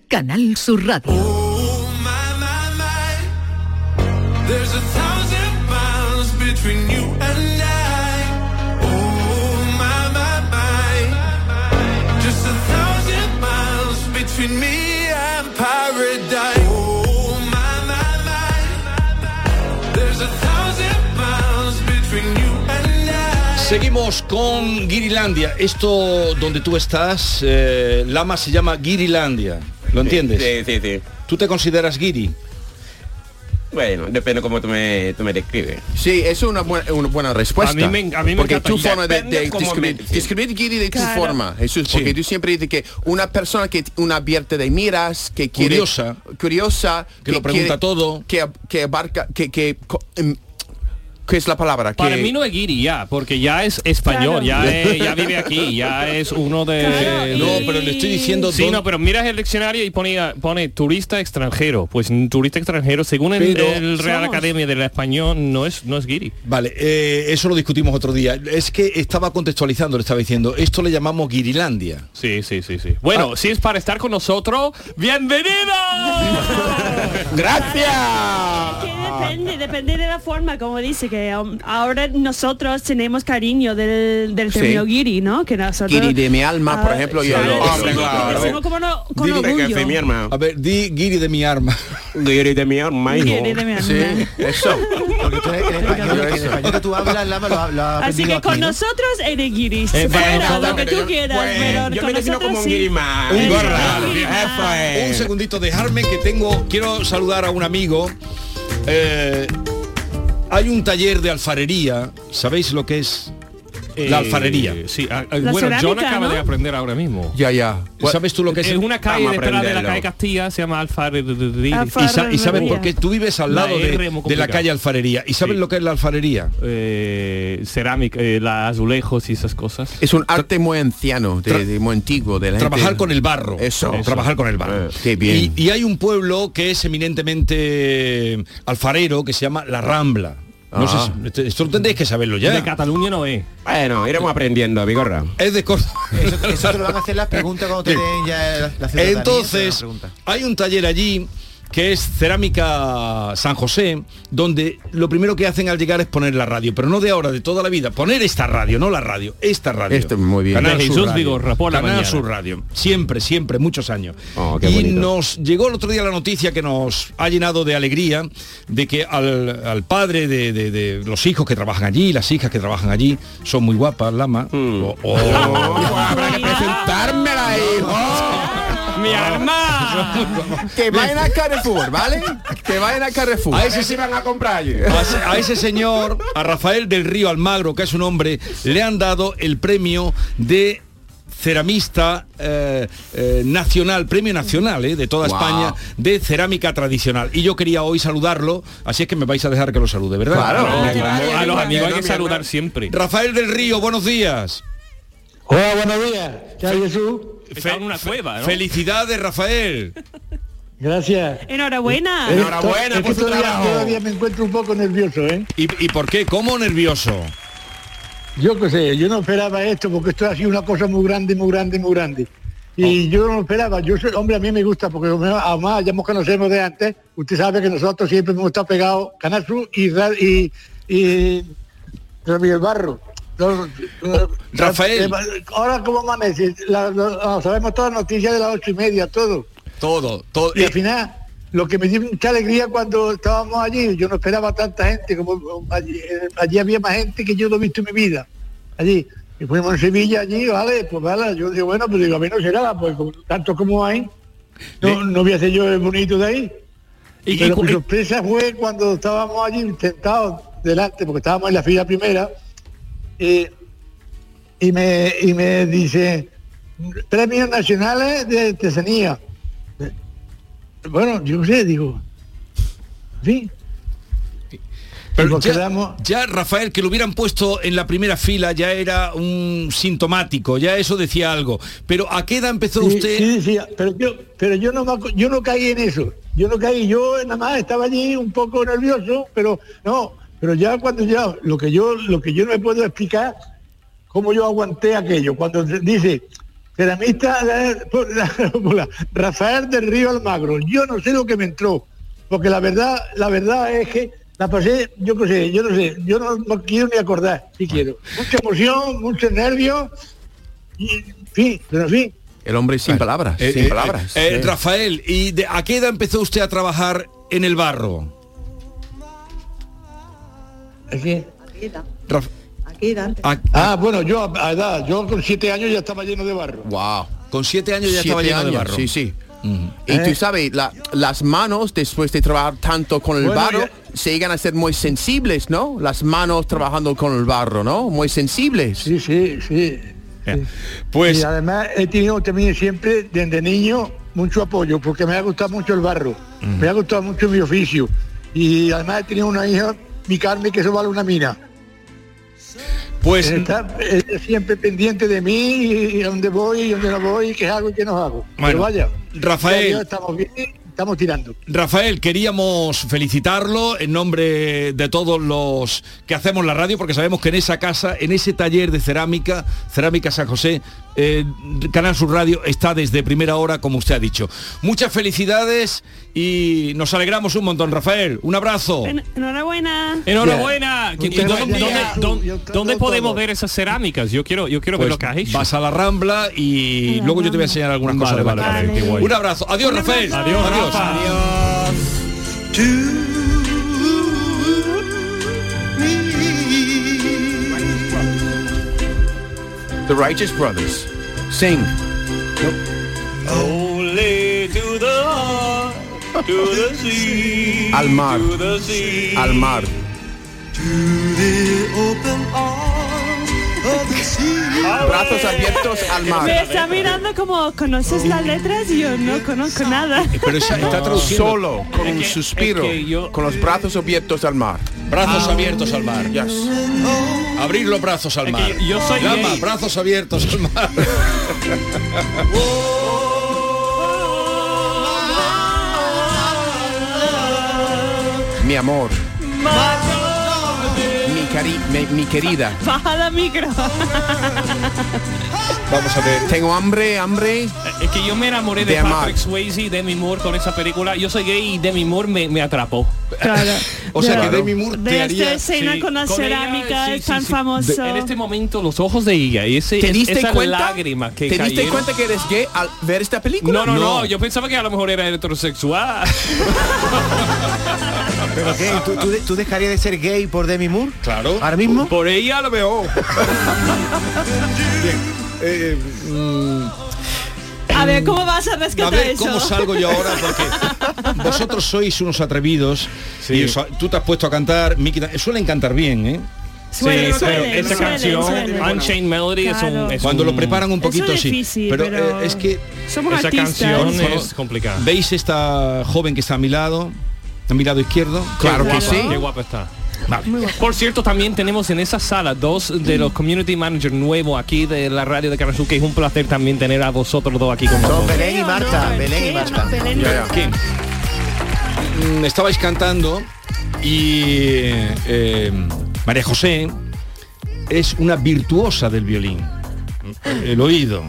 S2: Canal Sur Radio.
S11: There's a thousand miles between you and I. Oh my my my, just a thousand miles between me and paradise. Oh my my my, there's a thousand miles between you and I.
S7: Seguimos con Guirilandia. Esto donde tú estás, eh, Lama se llama Guirilandia. ¿Lo
S9: Sí,
S7: entiendes?
S9: Sí, sí, sí.
S7: ¿Tú te consideras guiri?
S9: Bueno, depende cómo tú me, tú me describes.
S4: Sí, es una buena, una buena respuesta.
S9: A mí me- a mí me
S4: porque
S9: encanta.
S4: tu forma de,
S9: Depende
S4: de
S9: cómo
S4: describir,
S9: me-
S4: describir Guiri de tu
S9: Claro.
S4: forma, Jesús,
S9: Sí.
S4: porque tú siempre dices que una persona que t- una abierta de miras, que quiere
S7: Curiosa.
S4: curiosa,
S7: Que lo pregunta
S4: todo, que, ab- que abarca, que que co- em, ¿qué es la palabra?
S3: Para
S4: que,
S3: mí no es guiri ya, porque ya es español,
S4: Claro.
S3: ya, es- ya vive aquí, ya es uno de...
S7: Claro, No, y- pero le estoy diciendo
S3: Sí,
S7: dónde-
S3: no, pero miras el diccionario y pone, pone turista extranjero. Pues un turista extranjero, según el,
S7: Pero-
S3: el Real
S7: Somos.
S3: Academia del Español, no es, no es guiri.
S7: Vale, eh, eso lo discutimos otro día. Es que estaba contextualizando, le estaba diciendo, esto le llamamos Guirilandia. Ah.
S3: Sí, sí, sí, sí. Bueno, si es para estar con nosotros, ¡bienvenido!
S4: ¡Gracias!
S5: Depende, depende de la forma, como dice, que um, ahora nosotros tenemos cariño del, del
S4: Sí.
S5: término guiri, ¿no? Que nosotros,
S4: Guiri de mi alma, por ejemplo, yo lo
S5: claro,
S4: hablo,
S5: sí,
S4: claro.
S5: decimos como no- con
S4: Dile que
S5: orgullo.
S4: fue mi
S9: arma.
S7: A ver, di Guiri de mi arma.
S9: Guiri de mi arma.
S5: hijo. Guiri de mi arma. Sí,
S4: eso.
S6: El español que tú hablas, Lama, lo, ha- lo ha
S5: Así
S6: aprendido
S5: que
S6: Ah,
S5: con
S6: aquí, ¿no?
S5: nosotros eres guiri,
S6: Eh, para
S5: fuera,
S6: nosotros,
S5: lo que tú quieras, pero
S9: Pues, yo
S5: con
S9: me defino
S5: nosotros
S9: como un
S5: sí.
S9: guiri más.
S7: Un
S9: gorra.
S7: Un segundito, dejarme que tengo. Quiero saludar a un amigo. eh, Hay un taller de alfarería. ¿Sabéis lo que es la
S8: Eh,
S7: alfarería?
S8: sí, ah, ah, bueno, John acaba de aprender ahora mismo.
S7: Ya, ya. ¿Sabes tú lo que es?
S8: Es una calle
S7: Vamos a
S8: detrás de la
S7: aprenderlo.
S8: calle Castilla, se llama Alfarería.
S7: Y, sa- y sabes por qué tú vives al
S8: La
S7: lado de,
S8: R muy
S7: de la
S8: complicada.
S7: calle Alfarería. ¿Y sabes lo que es la alfarería?
S8: Eh, cerámica, eh, la azulejos y esas cosas.
S4: Es un arte muy anciano, de, de- muy antiguo. De la
S7: trabajar
S4: gente-
S7: con el barro.
S4: Eso. Eh,
S7: Trabajar con el barro.
S4: qué bien.
S7: Y, y hay un pueblo que es eminentemente eh, alfarero que se llama La Rambla. No
S9: Ah.
S7: sé si- esto- esto lo tendréis que saberlo ya. Ah,
S9: De
S8: Cataluña no es.
S9: Bueno, iremos aprendiendo, Vigorra.
S7: Es de Córdoba.
S6: Eso te lo van a hacer las preguntas cuando te
S7: Sí.
S6: den ya la, la ciudadanía, te
S7: Entonces,
S6: lo van a preguntar.
S7: hay un taller allí que es Cerámica San José, donde lo primero que hacen al llegar es poner la radio, pero no de ahora, de toda la vida. Poner esta radio, no la radio, esta radio.
S4: Esto, muy bien.
S7: Canal
S4: De
S7: Sur
S4: Jesús
S7: Radio.
S4: Vigorra, por la
S7: Canal
S4: mañana.
S7: Sur Radio. Siempre, siempre, muchos años.
S9: Oh,
S4: Oh, qué
S7: y
S4: bonito.
S7: nos llegó el otro día la noticia que nos ha llenado de alegría de que al, al padre de, de- de los hijos que trabajan allí, las hijas que trabajan allí, son muy guapas, Lama. Oh, O- o-
S4: ¡Dármela, hijo!
S8: ¡Mi alma!
S4: que vayan a Carrefour, ¿vale? Que vayan a Carrefour.
S7: A ese
S4: sí van a comprar.
S7: A ese- a ese señor, a Rafael del Río Almagro, que es un hombre, le han dado el premio de ceramista eh, eh, nacional, premio nacional eh, de toda
S4: Wow.
S7: España de cerámica tradicional. Y yo quería hoy saludarlo, así es que me vais a dejar que lo salude, ¿verdad?
S8: Claro, Hombre, claro. a los amigos hay que saludar siempre.
S7: Rafael del Río, buenos días.
S12: Hola, buenos días. ¿Qué hay, Jesús?
S8: Está en una cueva, ¿no?
S7: Felicidades, Rafael.
S12: Gracias.
S5: Enhorabuena.
S4: Eh,
S12: Es que- es que todavía, Todavía me encuentro un poco nervioso, ¿eh?
S7: ¿Y, y por qué? ¿Cómo nervioso?
S12: Yo qué sé, yo no esperaba esto porque esto ha sido una cosa muy grande, muy grande, muy grande. Y yo no lo esperaba. Yo soy- hombre, a mí me gusta porque como además ya nos conocemos de antes. Usted sabe que nosotros siempre hemos estado pegados Canal Sur y Ra- y, y Radio El Barro. Los- los-
S7: Oh, Rafael.
S12: eh, Ahora cómo amanece, La- la- ah, sabemos todas las noticias de las ocho y media, todo.
S7: Todo, todo. Eh,
S12: Y al final, lo que me dio mucha alegría cuando estábamos allí, yo no esperaba tanta gente, como allí, eh, allí había más gente que yo no he visto en mi vida. Allí. Y fuimos en Sevilla allí, vale, pues vale, yo digo, bueno, pues digo, a mí no será, pues como- tanto como hay, no, no voy a ser yo el bonito de ahí.
S7: Y- y
S12: Pero
S7: cu-
S12: mi sorpresa fue cuando estábamos allí sentados delante, porque estábamos en la fila primera, y, y me, y me dice, premios nacionales de artesanía. Eh, Bueno, yo qué sé, digo. Sí.
S7: Pero
S12: Nos
S7: ya,
S12: quedamos-
S7: ya, Rafael, que lo hubieran puesto en la primera fila ya era un sintomático, ya eso decía algo. Pero ¿a qué edad empezó
S12: Sí,
S7: usted?
S12: sí, sí, pero yo, pero yo no me acu- yo no caí en eso. Yo no caí, yo nada más estaba allí un poco nervioso, pero no, pero ya cuando ya lo que yo lo que yo no me puedo explicar cómo yo aguanté aquello cuando se- dice ceramista eh, por la- por la- Rafael del Río Almagro. Yo no sé lo que me entró, porque la verdad la verdad es que la pasé, yo qué sé, yo no sé, yo no, no quiero ni acordar, si quiero. Mucha emoción, muchos nervios, y, en fin, pero en fin.
S4: El hombre sin palabras,
S7: Eh,
S4: sin
S7: eh,
S4: palabras.
S7: eh,
S4: Sí.
S7: Rafael, ¿y de- a qué edad empezó usted a trabajar en el barro?
S12: Aquí.
S7: Raf- a-
S12: Ah, bueno, yo a- a edad, yo con siete años ya estaba lleno de barro.
S4: Wow.
S7: Con siete años ya estaba
S4: Siete
S7: lleno de
S4: años,
S7: barro. Eh.
S4: Sí, sí. Y tú sabes, la- las manos, después de trabajar tanto con el
S7: Bueno,
S4: barro, se llegan a ser muy sensibles, ¿no? Las manos trabajando con el barro, ¿no? Muy sensibles.
S12: Sí, sí, sí.
S7: Pues
S12: y además he tenido también siempre desde niño mucho apoyo porque me ha gustado mucho el barro, me ha gustado mucho mi oficio y además he tenido una hija, mi Carmen, que eso vale una mina.
S7: Pues
S12: está eh, siempre pendiente de mí y, y a dónde voy y dónde no voy y qué hago y qué no hago. Pero
S7: Bueno,
S12: vaya,
S7: Rafael.
S12: gracias a Dios estamos bien, estamos tirando.
S7: Rafael, queríamos felicitarlo en nombre de todos los que hacemos la radio, porque sabemos que en esa casa, en ese taller de cerámica, Cerámica San José, eh, Canal Sur Radio está desde primera hora, como usted ha dicho. Muchas felicidades y nos alegramos un montón, Rafael. Un abrazo.
S5: En- enhorabuena.
S8: Enhorabuena. ¿Qué-
S7: Usted
S8: dónde-
S7: vaya.
S8: dónde- dónde-
S7: Yo
S8: ¿Dónde podemos ver esas cerámicas? Yo quiero, yo quiero ver
S7: Pues
S8: lo que has hecho.
S7: Vas a la Rambla y luego yo te voy a enseñar algunas cosas de
S8: vale,
S7: Barcelona.
S8: vale, qué guay.
S7: Un abrazo. Adiós, Rafael.
S8: Adiós, Rafa.
S4: The Righteous Brothers. Sing.
S3: Only to the heart, to the sea,
S4: Al mar.
S3: to the sea.
S4: Al mar. Brazos abiertos al mar.
S5: Me está mirando como, ¿conoces las letras? Y yo no conozco nada.
S4: Pero ella está
S5: No.
S4: traduciendo solo, con un suspiro,
S7: es que
S4: con los brazos abiertos al mar.
S7: Brazos abiertos al mar. Abrir los brazos al mar.
S4: yo- yo soy
S7: Llama,
S4: gay.
S7: brazos abiertos al mar.
S4: Mi amor, mi, cari mi, mi querida.
S5: Baja la micro.
S4: Vamos a ver. Tengo hambre, hambre.
S3: Es que yo me enamoré de,
S4: De amar.
S3: Patrick Swayze y Demi Moore con esa película. Yo soy gay y Demi Moore me, me atrapó.
S5: Claro.
S7: O sea, que Demi Moore
S5: De esta escena con la cerámica es tan famoso.
S3: en este momento los ojos de ella y ese,
S4: ¿Te
S3: es-
S4: diste
S3: esa
S4: cuenta?
S3: lágrima que
S4: ¿Te diste
S3: cayeron.
S4: cuenta que eres gay al ver esta película?
S3: No, no, no, yo pensaba que a lo mejor era heterosexual.
S6: ¿Pero qué? ¿Tú, tú de- tú dejarías de ser gay por Demi Moore?
S7: Claro.
S6: ¿Ahora mismo?
S7: Por ella lo veo. Bien. eh, mm,
S5: A ver, ¿cómo vas a
S7: a
S5: rescatar
S7: ver
S5: eso?
S7: cómo salgo yo ahora porque vosotros sois unos atrevidos y os- tú te has puesto a cantar Miki ta- suelen cantar bien ¿eh?
S3: Sí, Suelen, pero suelen, esta suelen, canción, suelen. Unchained Melody, es un- Claro. es
S7: cuando lo
S3: un-
S7: preparan un
S3: Eso es
S7: poquito sí
S3: difícil,
S7: pero,
S3: pero
S7: eh, es que
S3: somos Esa artistas. canción es complicada.
S7: veis esta joven que está a mi lado a mi lado izquierdo
S3: Qué guapa, Qué guapa está. Por cierto, también tenemos en esa sala dos de los community managers nuevos aquí de la radio de Canal Sur, que es un placer también tener a vosotros dos aquí con nosotros.
S6: Belén y Marta, Belén y Marta.
S7: Ya, ya. Mm, estabais cantando y eh, María José es una virtuosa del violín. El oído.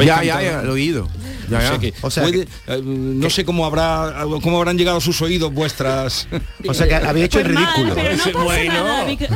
S4: Ya, ya, ya, el oído. Ya, ya.
S7: o sea, que- puede- eh, no sé cómo habrá cómo habrán llegado a sus oídos vuestras.
S6: O sea, que habéis hecho el
S5: Pues mal,
S6: ridículo.
S5: pero no pasa nada, vi que-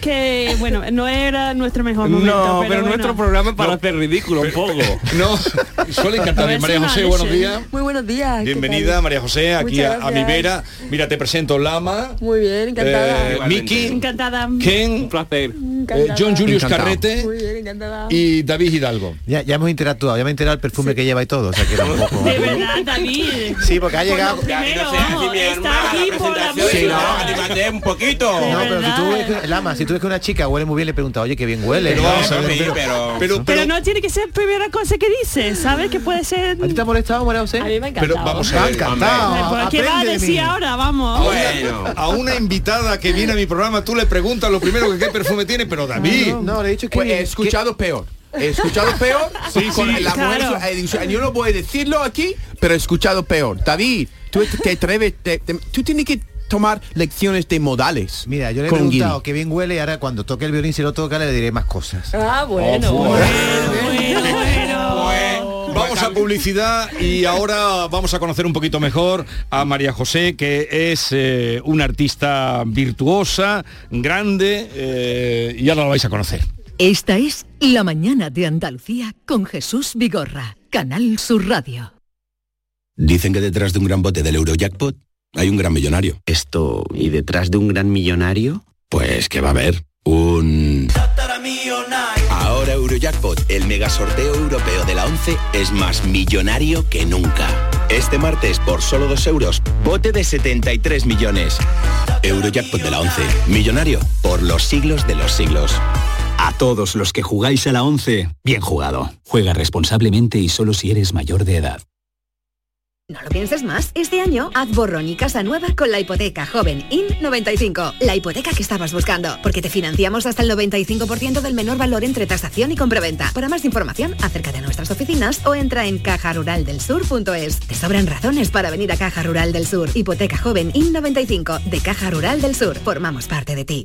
S5: Que bueno, no era nuestro mejor momento.
S3: No, pero,
S5: bueno.
S3: nuestro programa es para hacer ridículo un poco.
S7: No, suele encantar bien. María José, buenos días.
S13: Muy buenos días. ¿qué
S7: Bienvenida
S13: tal?
S7: María José aquí
S13: Muchas
S7: a, a mi
S13: gracias.
S7: vera. Mira, te presento Lama,
S13: Muy bien, encantada.
S7: eh, Miki,
S5: encantada.
S7: Ken, eh,
S3: placer.
S13: Encantada.
S7: John Julius
S6: Encantado.
S7: Carrete
S13: Muy bien, encantada.
S7: y David Hidalgo.
S6: Ya, ya hemos interactuado, ya me he enterado el perfume que lleva y todo. O sea, que era un poco...
S5: De verdad, David.
S6: Sí, porque ha
S5: Por lo
S6: llegado-
S5: primero, vamos, está aquí por la
S9: Sí,
S5: música.
S9: no, animate un poquito.
S6: No, pero si tú ves que, Lama, si tú ves que una chica huele muy bien, le pregunta, oye, qué bien huele.
S9: Pero
S6: ¿no?
S9: vamos a ver,
S6: Sí,
S9: pero-
S7: pero,
S5: Pero no tiene que ser primera cosa que dices, ¿sabes? Que puede ser... ¿A ti
S6: te ha molestado, María José? A
S5: mí me ha
S7: Pero vamos a ver.
S5: Pues, ¿Qué va a decir ahora? Vamos.
S7: A una invitada que viene a mi programa, tú le preguntas lo primero que qué perfume tiene, pero David.
S6: No, le he dicho
S4: que Pues, he escuchado peor. He escuchado peor.
S7: Sí,
S4: con
S7: sí,
S4: la mujer
S7: claro.
S4: su- eh, dice, yo no voy a decirlo aquí, pero he escuchado peor. David, tú te atreves, te- te- tú tienes que tomar lecciones de modales.
S6: Mira, Yo le he preguntado qué bien huele y ahora cuando toque el violín, si lo toca, le diré más cosas.
S13: Ah, bueno.
S3: Oh,
S7: Vamos a publicidad y ahora vamos a conocer un poquito mejor a María José, que es eh, una artista virtuosa, grande, eh, y ahora la vais a conocer.
S2: Esta es La mañana de Andalucía con Jesús Vigorra, Canal Sur Radio.
S1: Dicen que detrás de un gran bote del Eurojackpot hay un gran millonario. Esto, ¿y detrás de un gran millonario? Pues que va a haber un... Ahora Eurojackpot, el mega sorteo europeo de la 11, es más millonario que nunca. Este martes, por solo 2 euros, bote de 73 millones. Eurojackpot de la 11, millonario por los siglos de los siglos.
S14: A todos los que jugáis a la 11, bien jugado. Juega responsablemente y solo si eres mayor de edad.
S15: No lo pienses más. Este año haz borrón y casa nueva con la hipoteca joven IN95. La hipoteca que estabas buscando. Porque te financiamos hasta el 95% del menor valor entre tasación y compraventa. Para más información, acércate a nuestras oficinas o entra en cajaruraldelsur.es. Te sobran razones para venir a Caja Rural del Sur. Hipoteca joven IN95 de Caja Rural del Sur. Formamos parte de ti.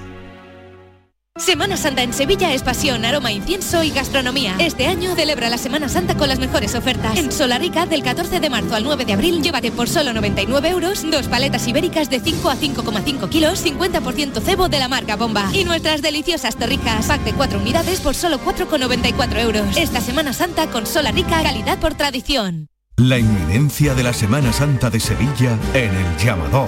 S16: Semana Santa en Sevilla es pasión, aroma, incienso y gastronomía. Este año celebra la Semana Santa con las mejores ofertas. En Solarica, del 14 de marzo al 9 de abril, llévate por solo 99 euros dos paletas ibéricas de 5 a 5,5 kilos, 50% cebo de la marca Bomba. Y nuestras deliciosas torrijas, pack de 4 unidades por solo 4,94 euros. Esta Semana Santa con Solarica, calidad por tradición.
S17: La inminencia de la Semana Santa de Sevilla en El Llamador.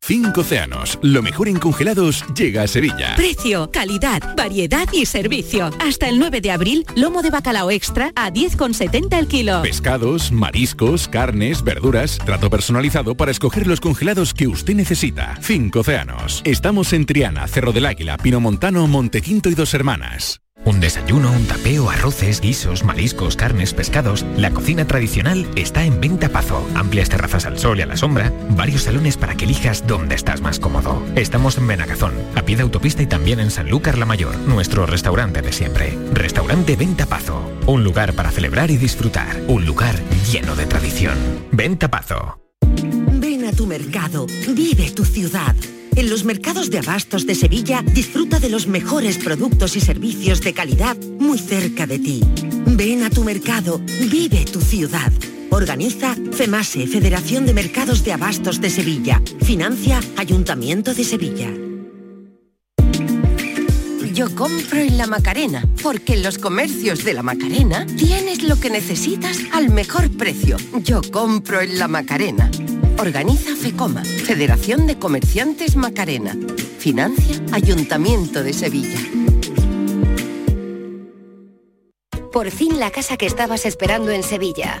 S18: Cinco océanos, lo mejor en congelados llega a Sevilla.
S19: Precio, calidad, variedad y servicio. Hasta el 9 de abril, lomo de bacalao extra a 10,70 el kilo.
S18: Pescados, mariscos, carnes, verduras, trato personalizado para escoger los congelados que usted necesita. Cinco océanos. Estamos en Triana, Cerro del Águila, Pinomontano, Montequinto y Dos Hermanas.
S20: Un desayuno, un tapeo, arroces, guisos, mariscos, carnes, pescados. La cocina tradicional está en Venta Pazo. Amplias terrazas al sol y a la sombra. Varios salones para que elijas dónde estás más cómodo. Estamos en Benagazón, a pie de autopista y también en Sanlúcar la Mayor, nuestro restaurante de siempre. Restaurante Venta Pazo. Un lugar para celebrar y disfrutar. Un lugar lleno de tradición. Venta Pazo.
S21: Ven a tu mercado, vive tu ciudad. En los mercados de abastos de Sevilla disfruta de los mejores productos y servicios de calidad muy cerca de ti. Ven a tu mercado, vive tu ciudad. Organiza E FEMASE, Federación de Mercados de Abastos de Sevilla. Financia Ayuntamiento de Sevilla.
S22: Yo compro en La Macarena, porque en los comercios de La Macarena tienes lo que necesitas al mejor precio. Yo compro en La Macarena. Organiza FECOMA, Federación de Comerciantes Macarena. Financia Ayuntamiento de Sevilla.
S23: Por fin la casa que estabas esperando en Sevilla.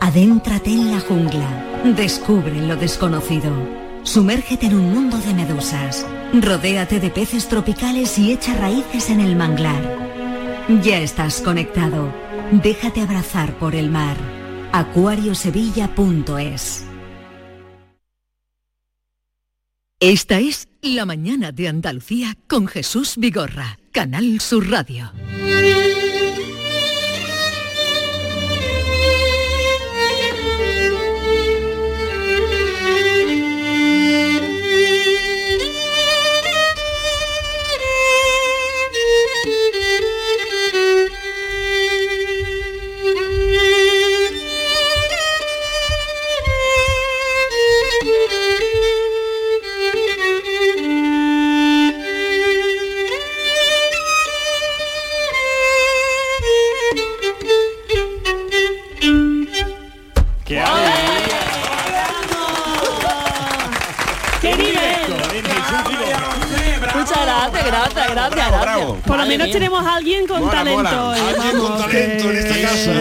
S24: Adéntrate en la jungla. Descubre lo desconocido. Sumérgete en un mundo de medusas. Rodéate de peces tropicales y echa raíces en el manglar. Ya estás conectado. Déjate abrazar por el mar. acuariosevilla.es
S2: Esta es La mañana de Andalucía con Jesús Vigorra, Canal Sur Radio.
S11: Thank you.
S13: Muchas gracias, gracias, gracias, gracias.
S8: Por lo menos tenemos a alguien con
S13: Mola,
S8: talento.
S13: mola.
S8: hoy,
S13: Alguien
S8: vamos,
S13: con
S8: que-
S13: talento en esta casa.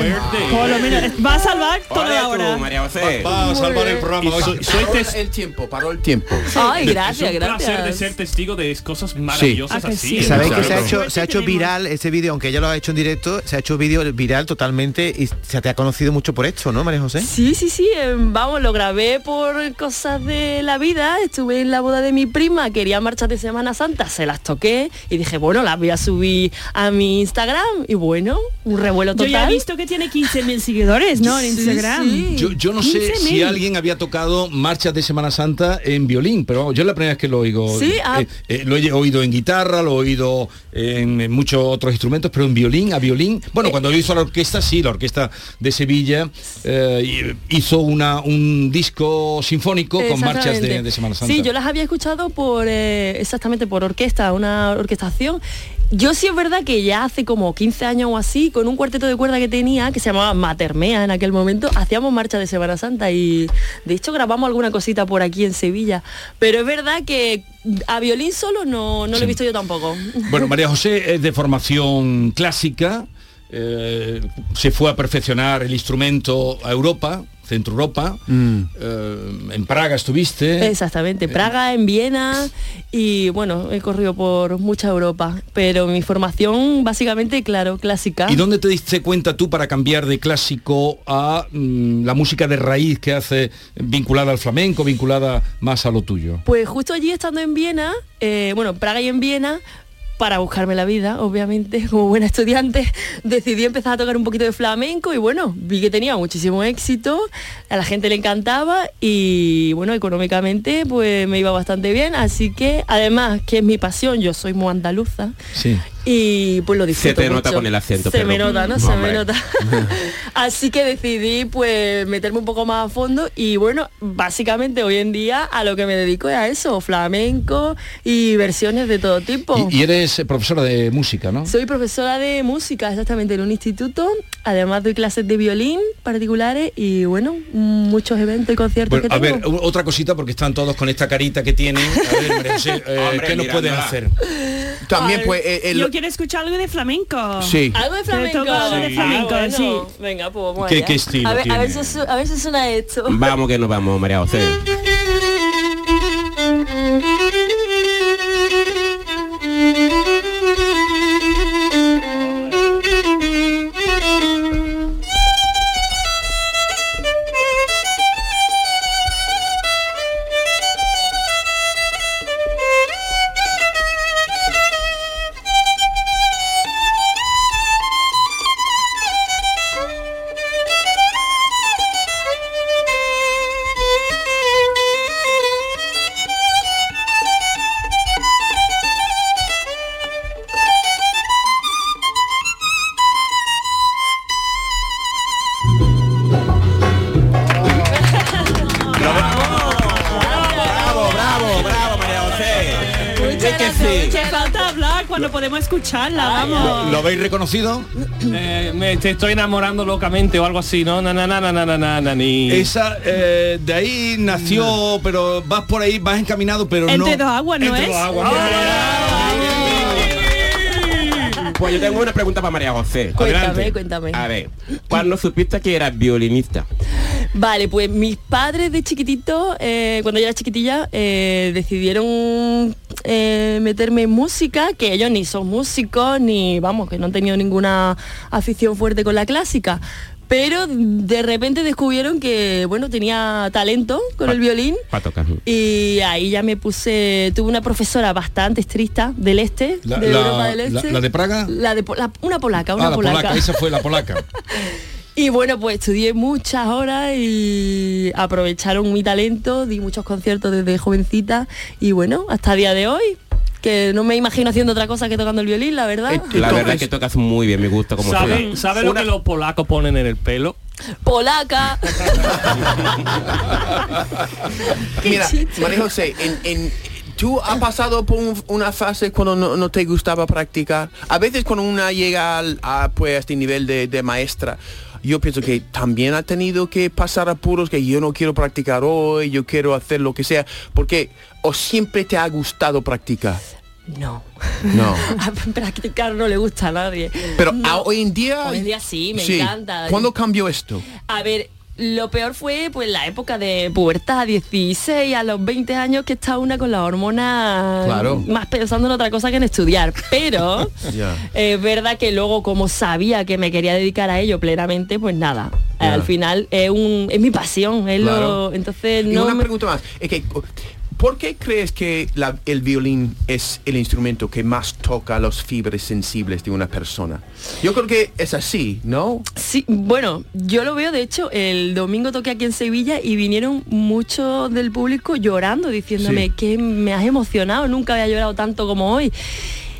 S8: Por lo menos va a salvar toda
S4: Hola,
S8: la
S4: tú,
S8: hora.
S4: María José.
S8: Va- va a salvar el programa
S4: Y
S8: hoy.
S4: so- soy tes- el tiempo, paró el tiempo.
S8: Ay, gracias,
S22: es un placer de
S8: gracias.
S22: ser testigo de cosas maravillosas
S8: ¿A Ah, que
S22: así.
S8: sí?
S6: Sabéis que se ha
S22: Claro.
S6: hecho, se ha hecho viral ese vídeo, aunque ya lo ha hecho en directo, se ha hecho vídeo viral totalmente y se te ha conocido mucho por esto, ¿no, María José?
S8: Sí, sí, sí, eh, vamos, lo grabé por cosas de la vida, estuve en la boda de mi prima, quería marchas de Semana Santa, se las toqué y dije, bueno, las voy a subir a mi Instagram y bueno, un revuelo
S4: Yo
S8: total.
S4: ya he
S8: visto que tiene 15.000 seguidores,
S4: ¿no? En Instagram.
S7: Yo, yo no sé
S8: 15.000.
S7: si alguien había tocado marchas de Semana Santa en violín, pero vamos, yo es la primera vez que lo oigo.
S8: Sí, ah.
S7: Eh, eh, lo he oído en guitarra, lo he oído en, en muchos otros instrumentos, pero en violín, a violín.
S8: Eh.
S7: Bueno, cuando lo hizo la orquesta, sí, la orquesta de Sevilla eh, y- hizo una, un disco sinfónico con marchas de,
S8: Exactamente.
S7: de Semana Santa.
S8: Sí, yo las había escuchado por eh, exactamente por orquesta, una orquestación. Yo sí es verdad que ya hace como 15 años o así, con un cuarteto de cuerda que tenía, que se llamaba Matermea en aquel momento, hacíamos marcha de Semana Santa y de hecho grabamos alguna cosita por aquí en Sevilla. Pero es verdad que a violín solo no, no lo
S7: Sí.
S8: he visto yo tampoco.
S7: Bueno, María José es de formación clásica, eh, se fue a perfeccionar el instrumento a Europa, Centro Europa, eh, en Praga estuviste. eh,
S8: Exactamente, Praga, en Viena y bueno, he corrido por mucha Europa, pero mi formación básicamente, claro, clásica.
S7: ¿Y dónde te diste cuenta tú para cambiar de clásico a mm, la música de raíz que hace vinculada al flamenco, vinculada más a lo tuyo?
S8: Pues justo allí estando en Viena, eh, bueno, en Praga y en Viena, para buscarme la vida, obviamente, como buena estudiante, decidí empezar a tocar un poquito de flamenco y bueno, vi que tenía muchísimo éxito, a la gente le encantaba y bueno, económicamente pues me iba bastante bien, así que además que es mi pasión, yo soy muy andaluza
S7: Sí.
S8: y pues lo disfruto
S4: te nota
S8: mucho.
S4: con el acento,
S8: se
S4: pero-
S8: me nota, ¿no? Se me
S4: Hombre.
S8: nota. Así que decidí pues meterme un poco más a fondo y bueno, básicamente hoy en día a lo que me dedico es a eso, flamenco y versiones de todo tipo.
S7: Y eres eh, profesora de música, ¿no?
S8: Soy profesora de música exactamente en un instituto, además doy clases de violín particulares y bueno, muchos eventos y conciertos
S7: Bueno,
S8: que
S7: a
S8: tengo.
S7: ver, u- otra cosita porque están todos con esta carita que tienen. A ver, María José, eh,
S4: Hombre,
S7: ¿qué nos puedes
S4: mirándola.
S7: hacer? También, pues, eh, el-
S8: Yo quiero escuchar algo de flamenco.
S7: Sí.
S8: Algo de flamenco. toco algo de Sí. flamenco, Ah, bueno. sí. Venga, pues vamos
S4: ¿Qué-
S8: allá.
S4: qué estilo
S8: a ver, A ver,
S4: tiene?
S8: si su- a ver si suena esto.
S4: Vamos que nos vamos, María José.
S8: Muchas
S4: que
S8: gracias,
S4: sí.
S8: muchas- falta hablar cuando podemos escucharla, vamos.
S7: ¿Lo habéis reconocido?
S22: Eh, me te estoy enamorando locamente o algo así, ¿no? Na, na, na, na, na, na, na, na, ni.
S7: Esa eh, de ahí nació, pero vas por ahí, vas encaminado, pero no.
S8: Entre dos aguas, ¿no
S7: Entre
S8: es?
S7: dos aguas.
S4: Pues yo tengo una pregunta para María José.
S8: Cuéntame,
S4: Adelante.
S8: cuéntame.
S4: A ver, ¿cuándo supiste que eras violinista?
S8: Vale, pues mis padres de chiquitito, eh, cuando yo era chiquitilla, eh, decidieron eh, meterme en música, que ellos ni son músicos, ni vamos, que no han tenido ninguna afición fuerte con la clásica. Pero de repente descubrieron que, bueno, tenía talento con el violín
S4: Para tocar.
S8: y ahí ya me puse, tuve una profesora bastante estricta del este,
S7: La-
S8: de
S7: la-
S8: Europa del
S7: la-
S8: Este.
S7: la de Praga?
S8: La de po- la- una polaca, una
S7: Ah, la polaca. esa fue la polaca.
S8: y bueno, pues estudié muchas horas y aprovecharon mi talento, di muchos conciertos desde jovencita y bueno, hasta día de hoy, que no me imagino haciendo otra cosa que tocando el violín, la verdad.
S4: La verdad es que tocas muy bien, me gusta como
S22: ¿Saben,
S4: suena.
S22: ¿saben lo que los polacos ponen en el pelo?
S8: Polaca.
S23: Mira, María José, en, en- tú has pasado por un- una fase cuando no, no te gustaba practicar. A veces cuando una llega al, a, pues, a este nivel de, de maestra,
S4: yo pienso que también ha tenido que pasar apuros que yo no quiero practicar hoy, yo quiero hacer lo que sea, porque o siempre te ha gustado practicar.
S8: No.
S4: No.
S8: A practicar no le gusta a nadie.
S4: Pero a- hoy en día...
S8: Hoy en día sí, me
S4: sí.
S8: encanta.
S4: ¿Cuándo cambió esto?
S8: A ver, lo peor fue pues la época de pubertad, 16 a los 20 años que está una con la hormona
S4: Claro.
S8: más pensando en otra cosa que en estudiar, pero es verdad que luego como sabía que me quería dedicar a ello plenamente, pues nada.
S4: Ya.
S8: Al final es un es mi pasión, es
S4: Claro.
S8: lo entonces
S4: Y
S8: no
S4: una
S8: me-
S4: pregunta más. Es que, ¿Por qué crees que la- el violín es el instrumento que más toca las fibras sensibles de una persona? Yo creo que es así, ¿no?
S8: Sí, bueno, yo lo veo, de hecho, el domingo toqué aquí en Sevilla y vinieron muchos del público llorando, diciéndome
S4: Sí.
S8: que me has emocionado, nunca había llorado tanto como hoy.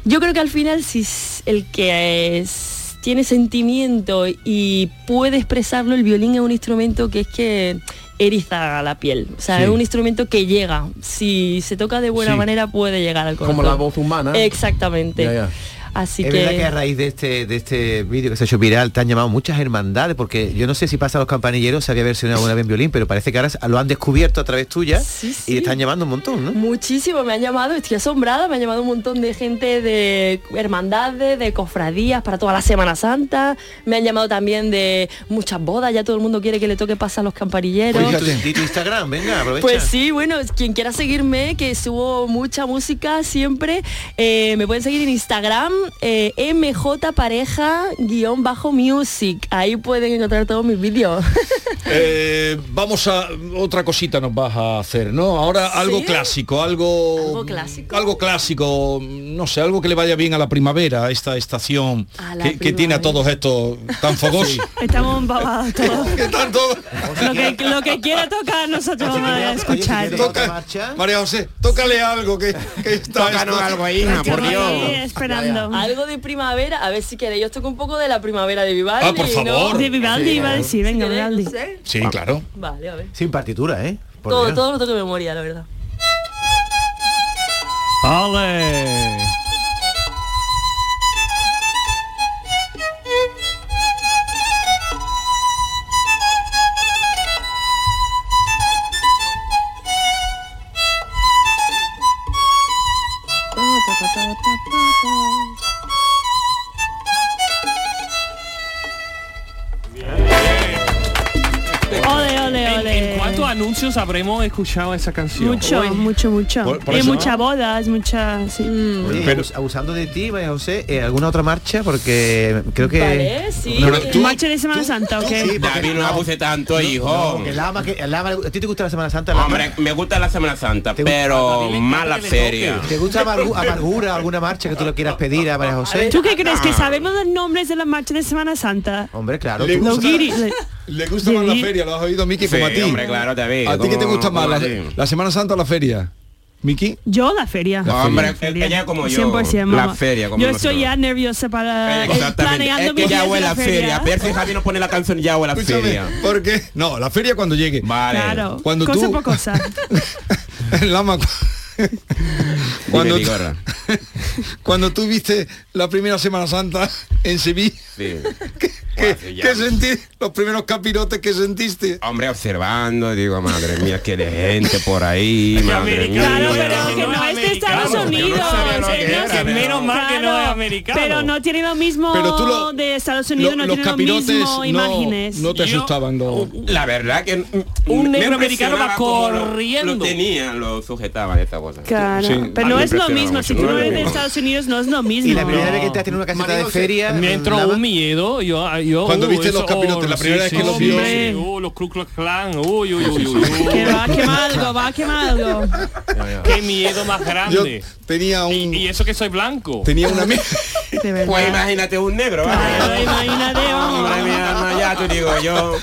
S8: Yo creo que al final, si s- el que es- tiene sentimiento y puede expresarlo, el violín es un instrumento que es que eriza la piel. O sea,
S4: Sí.
S8: es un instrumento que llega. Si se toca de buena
S4: Sí.
S8: manera, puede llegar al corazón.
S4: Como la voz humana.
S8: Exactamente.
S4: Ya, ya.
S8: Así
S4: Es
S8: que...
S4: verdad
S6: que a raíz de este, de este vídeo que se ha hecho viral te han llamado muchas hermandades, porque yo no sé si pasa a los campanilleros, se había versionado una vez en violín, pero parece que ahora lo han descubierto a través tuya y te están llamando un montón, ¿no?
S8: Muchísimo, me han llamado, estoy asombrada, me han llamado un montón de gente de hermandades, de cofradías para toda la Semana Santa, me han llamado también de muchas bodas, ya todo el mundo quiere que le toque pasar a los camparilleros.
S6: Oye, tu- di tu Instagram, venga, aprovecha.
S8: Pues sí, bueno, quien quiera seguirme, que subo mucha música siempre, eh, me pueden seguir en Instagram, eh, mjpareja-music. Ahí pueden encontrar todos mis vídeos.
S7: Eh, vamos a otra cosita nos vas a hacer, ¿no? Ahora algo
S8: Sí.
S7: clásico,
S6: Oh,
S7: algo mm,
S8: Algo clásico.
S7: algo clásico, no sé, algo que le vaya bien a la primavera, a esta estación
S8: A la
S7: que, que tiene a todos estos tan fogosos.
S5: Estamos embabados todos. lo, que, lo que quiera tocar nosotros vamos a escuchar.
S7: María José, tócale algo que, que está
S5: Tócanos algo, hija, por Estamos Dios. ahí esperando.
S8: Algo de primavera, a ver si queréis, yo os toco un poco de la primavera de Vivaldi.
S7: Ah, por favor.
S5: De Vivaldi iba a decir, venga,
S8: Si queréis,
S5: Vivaldi.
S8: no sé.
S7: Sí, claro.
S8: Vale, a ver.
S6: Sin partitura, ¿eh? Por
S8: todo,
S6: Dios.
S8: todo lo toco de memoria, la verdad.
S3: ¡Ale!
S5: Ole, ole,
S3: ¿En-
S5: ole.
S3: ¿En cuántos anuncios habremos escuchado esa canción?
S5: Mucho, mucho, mucho.
S3: Por- por
S5: y
S3: eso-
S5: muchas bodas, muchas... Sí.
S6: Oye, abus- abusando de ti, María José, eh, ¿alguna otra marcha? Porque creo que...
S5: Vale, sí.
S6: Pero tú-
S5: Marcha de Semana Santa, ¿ok?
S6: Sí, porque-
S9: David, no la puse tanto, hijo.
S6: No, que la ama, que la ama- ¿A ti te gusta la Semana Santa? La ama?
S9: Hombre, me gusta la Semana Santa, pero más la serie.
S6: ¿Te gusta amargu- amargura, alguna marcha que tú le quieras pedir a María José? Ah,
S5: ¿Tú qué crees? ¿Que sabemos los nombres de las marchas de Semana Santa?
S6: Hombre, claro.
S7: Le
S6: tú-
S7: gusta-
S5: Los guiris. le-
S7: Le gusta más la feria, lo has oído Miki
S9: Sí,
S7: como a ti.
S9: hombre, claro, David,
S7: pues, ¿A ti qué te
S9: ¿cómo-
S7: gusta más?
S9: cómo
S7: La,
S9: a ti?
S7: la Semana Santa o la feria? Miki.
S5: Yo la feria.
S7: La
S9: Hombre,
S7: feria.
S9: ella ella como yo.
S5: 100%,
S9: la
S5: mamá.
S9: feria como
S5: Yo
S9: nosotros.
S5: estoy ya nerviosa para eh, planeando
S9: Es que
S5: mis
S9: ya
S5: días de
S9: huele
S5: la
S9: a feria. A ver si Javi nos pone la canción ya huele a
S7: Escúchame,
S9: feria.
S7: ¿Por qué? No, la feria cuando llegue.
S9: Vale.
S5: Claro,
S7: Cuando
S5: cosa
S7: tú-
S5: por cosa.
S7: Lama, cu- cuando,
S9: Dime,
S7: tú-
S9: Vigorra.
S7: cuando tú viste la primera Semana Santa en Sevilla,
S9: Sí.
S7: ¿qué,
S9: Hace ya.
S7: qué sentí? Los primeros capirotes que sentiste.
S9: Hombre, observando, digo, madre mía, que de gente por ahí, madre mía.
S5: Claro, pero que no es de Estados Unidos. es-
S3: que menos mal que no es
S5: Claro,
S3: americano.
S5: Pero no tiene lo mismo
S3: Pero tú lo-
S5: de Estados Unidos, no tiene lo mismo imágenes.
S9: Yo-
S7: asustaban los...
S9: La verdad que
S3: Un
S9: me
S3: negro americano va
S9: impresionaba cómo lo-
S3: corriendo.
S9: Lo tenían, lo sujetaban esta cosa.
S5: Claro, pero
S9: A
S5: no
S9: mí
S5: es lo
S9: impresionaba
S5: mismo.
S9: mucho,
S5: Si tú no
S9: es
S5: eres
S9: lo
S5: de
S9: mismo.
S5: Estados Unidos, no es lo mismo.
S6: Y la primera vez que te has tenido una caseta de feria...
S22: eh,
S3: Me entró
S6: Lama,
S3: un miedo, yo, ah, yo
S7: Cuando viste los capirotes,
S3: oh,
S7: la primera vez que los vio.
S3: sí, oh, los Ku Klux Klan, uy, uy, uy, uy, uy.
S5: Que va a quemar algo, va a quemar algo.
S3: qué miedo más grande.
S7: tenía un...
S3: Y, y eso que soy blanco.
S7: Tenía una
S9: Pues imagínate un negro,
S5: ¿vale? Imagínate, vamos.
S9: Madre mía, no, ya te digo yo.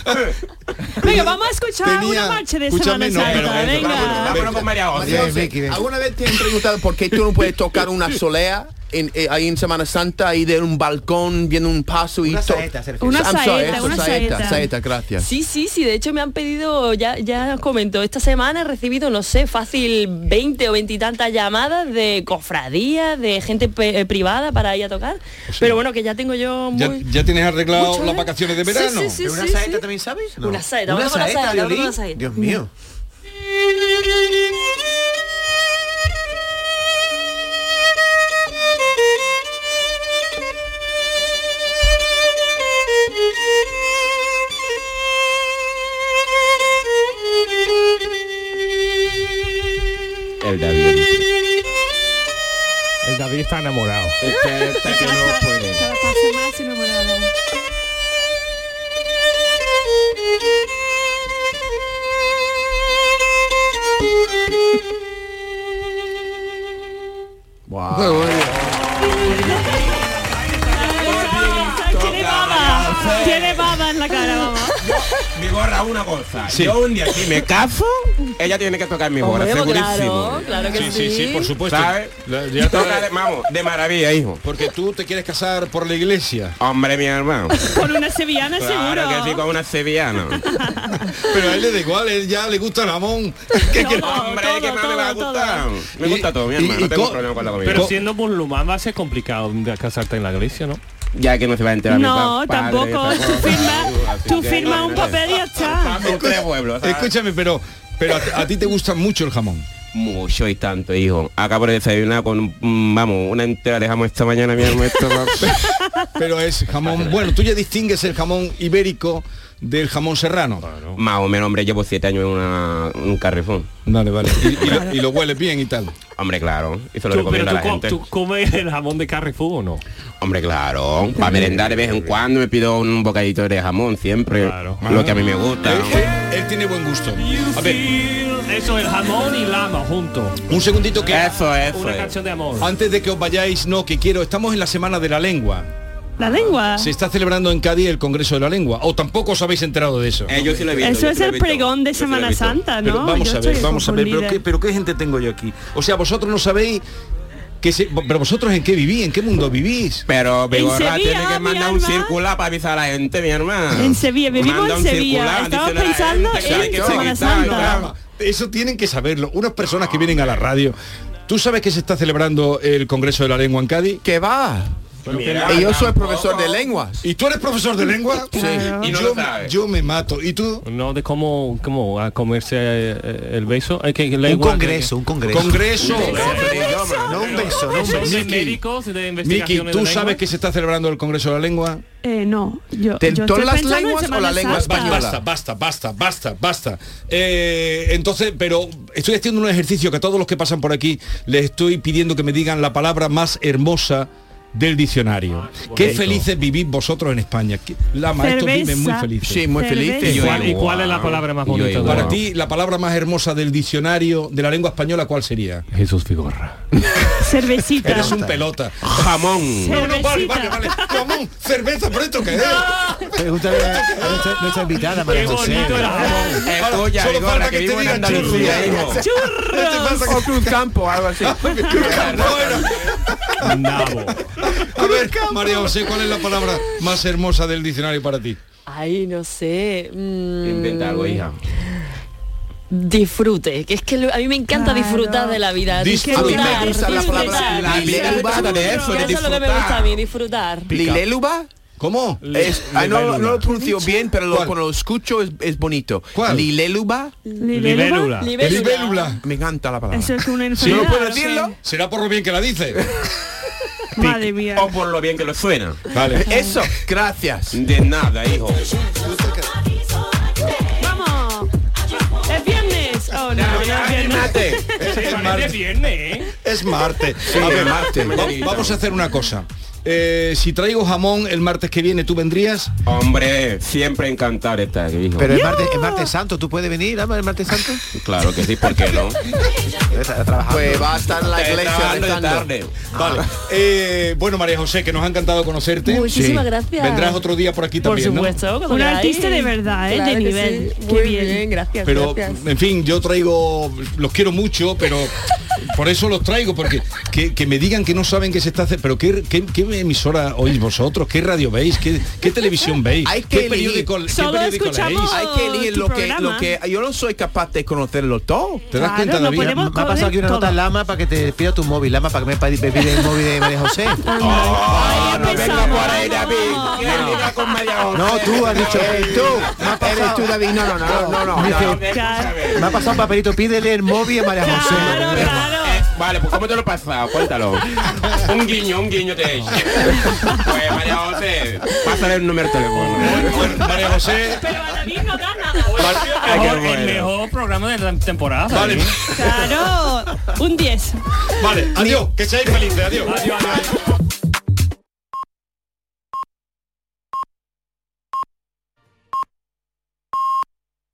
S5: Venga, vamos a escuchar una marcha de Semana Santa. Venga.
S9: Vámonos con María José.
S4: María José, ¿Alguna vez te han preguntado por qué tú no puedes tocar una solea? en- eh, ahí en Semana Santa, ahí de un balcón, viendo un paso y
S6: Una
S4: todo.
S6: saeta, se refiere.
S8: Una
S4: I'm sorry,
S8: saeta,
S4: eso,
S8: una saeta.
S4: saeta, gracias.
S8: Sí, sí, sí, de hecho me han pedido, ya, ya os comento, esta semana he recibido, no sé, fácil 20 o 20 y tantas llamadas de cofradías, de gente pe- eh, privada para ir a tocar. Pero bueno, que ya tengo yo muy...
S7: Ya, ya tienes arreglado
S8: Mucho,
S7: las
S8: ¿eh?
S7: vacaciones de
S8: Sí,
S7: verano.
S8: sí, sí, ¿Pero una sí, saeta sí. también sabes? No. Una saeta,
S6: Una
S8: vamos con la
S6: saeta,
S8: saeta, vamos con
S6: violín.
S8: la saeta.
S6: Dios mío.
S9: El David.
S3: El David está enamorado. este
S11: Pasa más enamorada. Tiene baba en la cara, vamos.
S9: Mi gorra una cosa. Yo un día si me caso, ella tiene que tocar mi gorra,
S7: Hombre,
S9: segurísimo.
S7: claro, claro que Sí, sí, sí. sí, por supuesto.
S9: ¿Sabes?
S7: La- ya te-
S9: Toca de- vamos, de maravilla, hijo.
S7: Porque tú te quieres casar por la iglesia.
S9: Hombre, mi hermano.
S11: Con una sevillana
S9: Claro
S11: seguro.
S9: que sí, con una sevillana.
S7: Pero a él le da igual, él ya le gusta el jamón.
S9: Hombre, ¿qué más me va a gustar? Me gusta todo, mi
S3: Y-
S9: hermano.
S3: y
S9: No tengo
S3: co-
S9: problema con la comida.
S3: Pero siendo musulmán va a ser complicado de casarte en la iglesia, ¿no?
S9: Ya que no se va a enterar
S3: No,
S9: mi pa- padre,
S3: tampoco.
S9: esa cosa.
S3: Tú firma-
S9: Así
S3: tú
S9: que-
S3: firma un papel
S11: y ya está.
S9: Con tres pueblos, ¿sabes?
S7: Escúchame, pero, pero a, a ti te gusta mucho el jamón.
S9: Mucho y tanto, hijo. Acabo de desayunar con, un- mm, vamos, una entera de jamón esta mañana, mi hermano. esto va-
S7: Pero es jamón. Bueno, tú ya distingues el jamón ibérico del jamón serrano.
S9: Más o menos, hombre, llevo siete años en, una- en un carrifón.
S7: Vale, vale. Y, y lo- y lo hueles bien y tal.
S9: Hombre, claro. Y se lo
S3: Tú,
S9: recomiendo
S3: pero
S9: a la
S3: tú, co-
S9: gente.
S3: tú comes el jamón de Carrefour o no?
S9: Hombre, claro. Para merendar de vez en cuando me pido un bocadito de jamón siempre. Lo que a mí me gusta.
S3: Ah.
S7: Él tiene buen gusto. A ver.
S3: Eso, el jamón y lama junto.
S7: Un segundito que...
S9: Eso, eso.
S3: Una canción de amor.
S7: Antes de que os vayáis, no, que quiero, estamos en la Semana de la Lengua.
S11: La lengua.
S7: Se está celebrando en Cádiz el Congreso de la Lengua. O tampoco os habéis enterado de eso.
S9: Eh, yo sí lo he visto,
S11: Eso es el pregón de Semana Santa, ¿no?
S7: Pero vamos
S11: Yo
S7: a ver,
S11: estoy
S7: vamos a ver,
S11: confundida.
S7: pero qué, pero qué gente tengo yo aquí. O sea, vosotros no sabéis que se- pero vosotros en qué vivís, en qué mundo vivís.
S9: Pero Vigorra
S11: Sevilla,
S9: tiene que
S11: mi
S9: mandar un
S11: alma.
S9: circular para avisar a la gente, mi hermano.
S11: En Sevilla, vivimos
S9: Manda
S11: en
S9: un
S11: Sevilla.
S9: circular,
S11: Estamos
S9: díselo a la
S11: pensando
S9: gente, que hay
S11: en
S9: que
S11: Semana
S9: seguir, tal,
S11: Santa.
S9: tal.
S7: Eso tienen que saberlo. Unas personas que vienen a la radio. ¿Tú sabes que se está celebrando el Congreso de la Lengua en Cádiz?
S4: ¿Qué va?
S7: Mira,
S4: y yo soy
S7: tampoco.
S4: profesor de lenguas.
S7: ¿Y tú eres profesor de lengua?
S4: Sí.
S7: Y no lo sabes. yo me mato. ¿Y tú?
S3: No, de cómo, cómo a comerse eh, el beso. Hay que,
S6: Un congreso, un congreso.
S7: Congreso.
S6: No un beso, no un
S3: Eso es
S6: beso.
S3: de médicos de
S7: Miki,
S3: investigaciones
S7: ¿tú
S3: de lengua.
S7: sabes que se está celebrando el Congreso de la Lengua?
S11: Eh, no, yo, yo estoy pensando en Semana Santa.
S7: Basta, basta, basta, basta, basta. Eh, entonces, pero estoy haciendo un ejercicio que a todos los que pasan por aquí les estoy pidiendo que me digan la palabra más hermosa del
S3: Ah,
S7: diccionario. qué
S3: bonito.
S7: felices vivís vosotros en España. Qué- La maestra
S3: Cerveza.
S7: vive muy feliz.
S3: Sí, muy Cerveza. felices. ¿Y cuál- y cuál es la palabra más bonita?
S7: Para ti, la palabra más hermosa del diccionario de la lengua española, ¿cuál sería?
S3: Jesús Figorra.
S11: Cervecita.
S7: Eres un pelota.
S9: Jamón.
S7: No, no, vale, vale,
S9: ¿eh?
S7: vale. Jamón, cerveza, ¿pero esto qué es?
S6: Pregúntale a a nuestra, nuestra invitada, María José.
S9: Es tuya,
S6: Solo
S9: Vigorra,
S6: falta que
S9: que
S6: te
S9: vivo en
S6: digan
S9: Andalucía,
S6: churros.
S9: hijo.
S4: O Cruz Campo, algo así.
S7: A ver, María José, ¿cuál es la palabra más hermosa del diccionario para ti?
S8: Ay, no sé. mm,
S7: Inventa algo, hija.
S8: Disfrute, que es que lo- a mí me encanta disfrutar de la vida.
S4: Disfruta.
S8: Disfrutar,
S4: A mí me gusta la palabra
S8: disfrutar.
S4: lileluba de eso, de
S8: Que es lo que me gusta a mí, disfrutar.
S4: ¿Lileluba?
S7: ¿Cómo?
S4: Es, ah, no, no lo pronuncio bien, pero lo,
S7: ¿Cuál?
S4: cuando lo escucho es, es bonito. ¿Lileluba?
S7: Libélula. Libélula. Libélula.
S4: Ah, Me encanta la palabra.
S11: Eso es una
S7: Sí.
S11: enfermedad.
S7: puedo
S11: ¿o qué?
S7: decirlo? Será por lo bien que la dice.
S11: Madre mía.
S9: O por lo bien que lo suena.
S7: Vale.
S4: Eso, gracias.
S9: De nada, hijo.
S11: Vamos. Es viernes. Oh, no, no es viernes.
S7: martes. Es martes.
S9: Sí,
S7: A ver,
S9: es martes,
S7: va-
S9: mañanita.
S7: vamos a hacer una cosa. Eh, si traigo jamón el martes que viene, ¿tú vendrías?
S9: Hombre, siempre encantado estar aquí, hijo.
S6: Pero es martes, es martes santo, ¿tú puedes venir, ama, el martes santo?
S9: Claro que sí, ¿por qué no?
S4: Pues va a estar en la
S7: Está
S4: iglesia
S7: trabajando de
S4: rezando.
S7: tarde. Vale. Eh, bueno, María José, que nos ha encantado conocerte.
S8: Muchísimas Sí. gracias.
S7: Vendrás otro día por aquí
S8: Por
S7: también, ¿no?
S8: supuesto. cuando
S11: Un
S8: queráis.
S11: artista de verdad, ¿eh?
S8: Claro
S11: de
S8: que
S11: nivel.
S8: sí.
S11: Qué
S8: Muy
S11: bien.
S8: gracias.
S7: Pero,
S8: gracias.
S7: en fin, yo traigo, los quiero mucho, pero por eso los traigo, porque que, que me digan que no saben qué se está haciendo, pero ¿qué, qué, qué emisora oís vosotros? ¿Qué radio veis? ¿Qué, qué televisión veis? ¿Qué periódico, qué periódico leéis?
S4: Hay que leer
S6: tu
S4: lo que,
S6: programa.
S4: lo que yo no soy capaz de conocerlo todo.
S6: ¿Te das cuenta, David? me ha pasado aquí una nota Lama para que te pida tu móvil, Lama, para que me pa- me pida el móvil de María José. No, tú has dicho. tú.
S4: Eres tú, David. No, no, no, no, no.
S6: Dice, Me ha pasado un papelito, pídele el móvil a María José.
S9: Eh, Vale, pues ¿cómo te lo he pasado? Cuéntalo. Un guiño, un guiño te he hecho. Pues María José, pásale el número de teléfono. María José.
S3: Mejor- el mejor programa de la temporada. Vale.
S5: Claro, un 10.
S7: Vale, adiós, que seáis felices, adiós.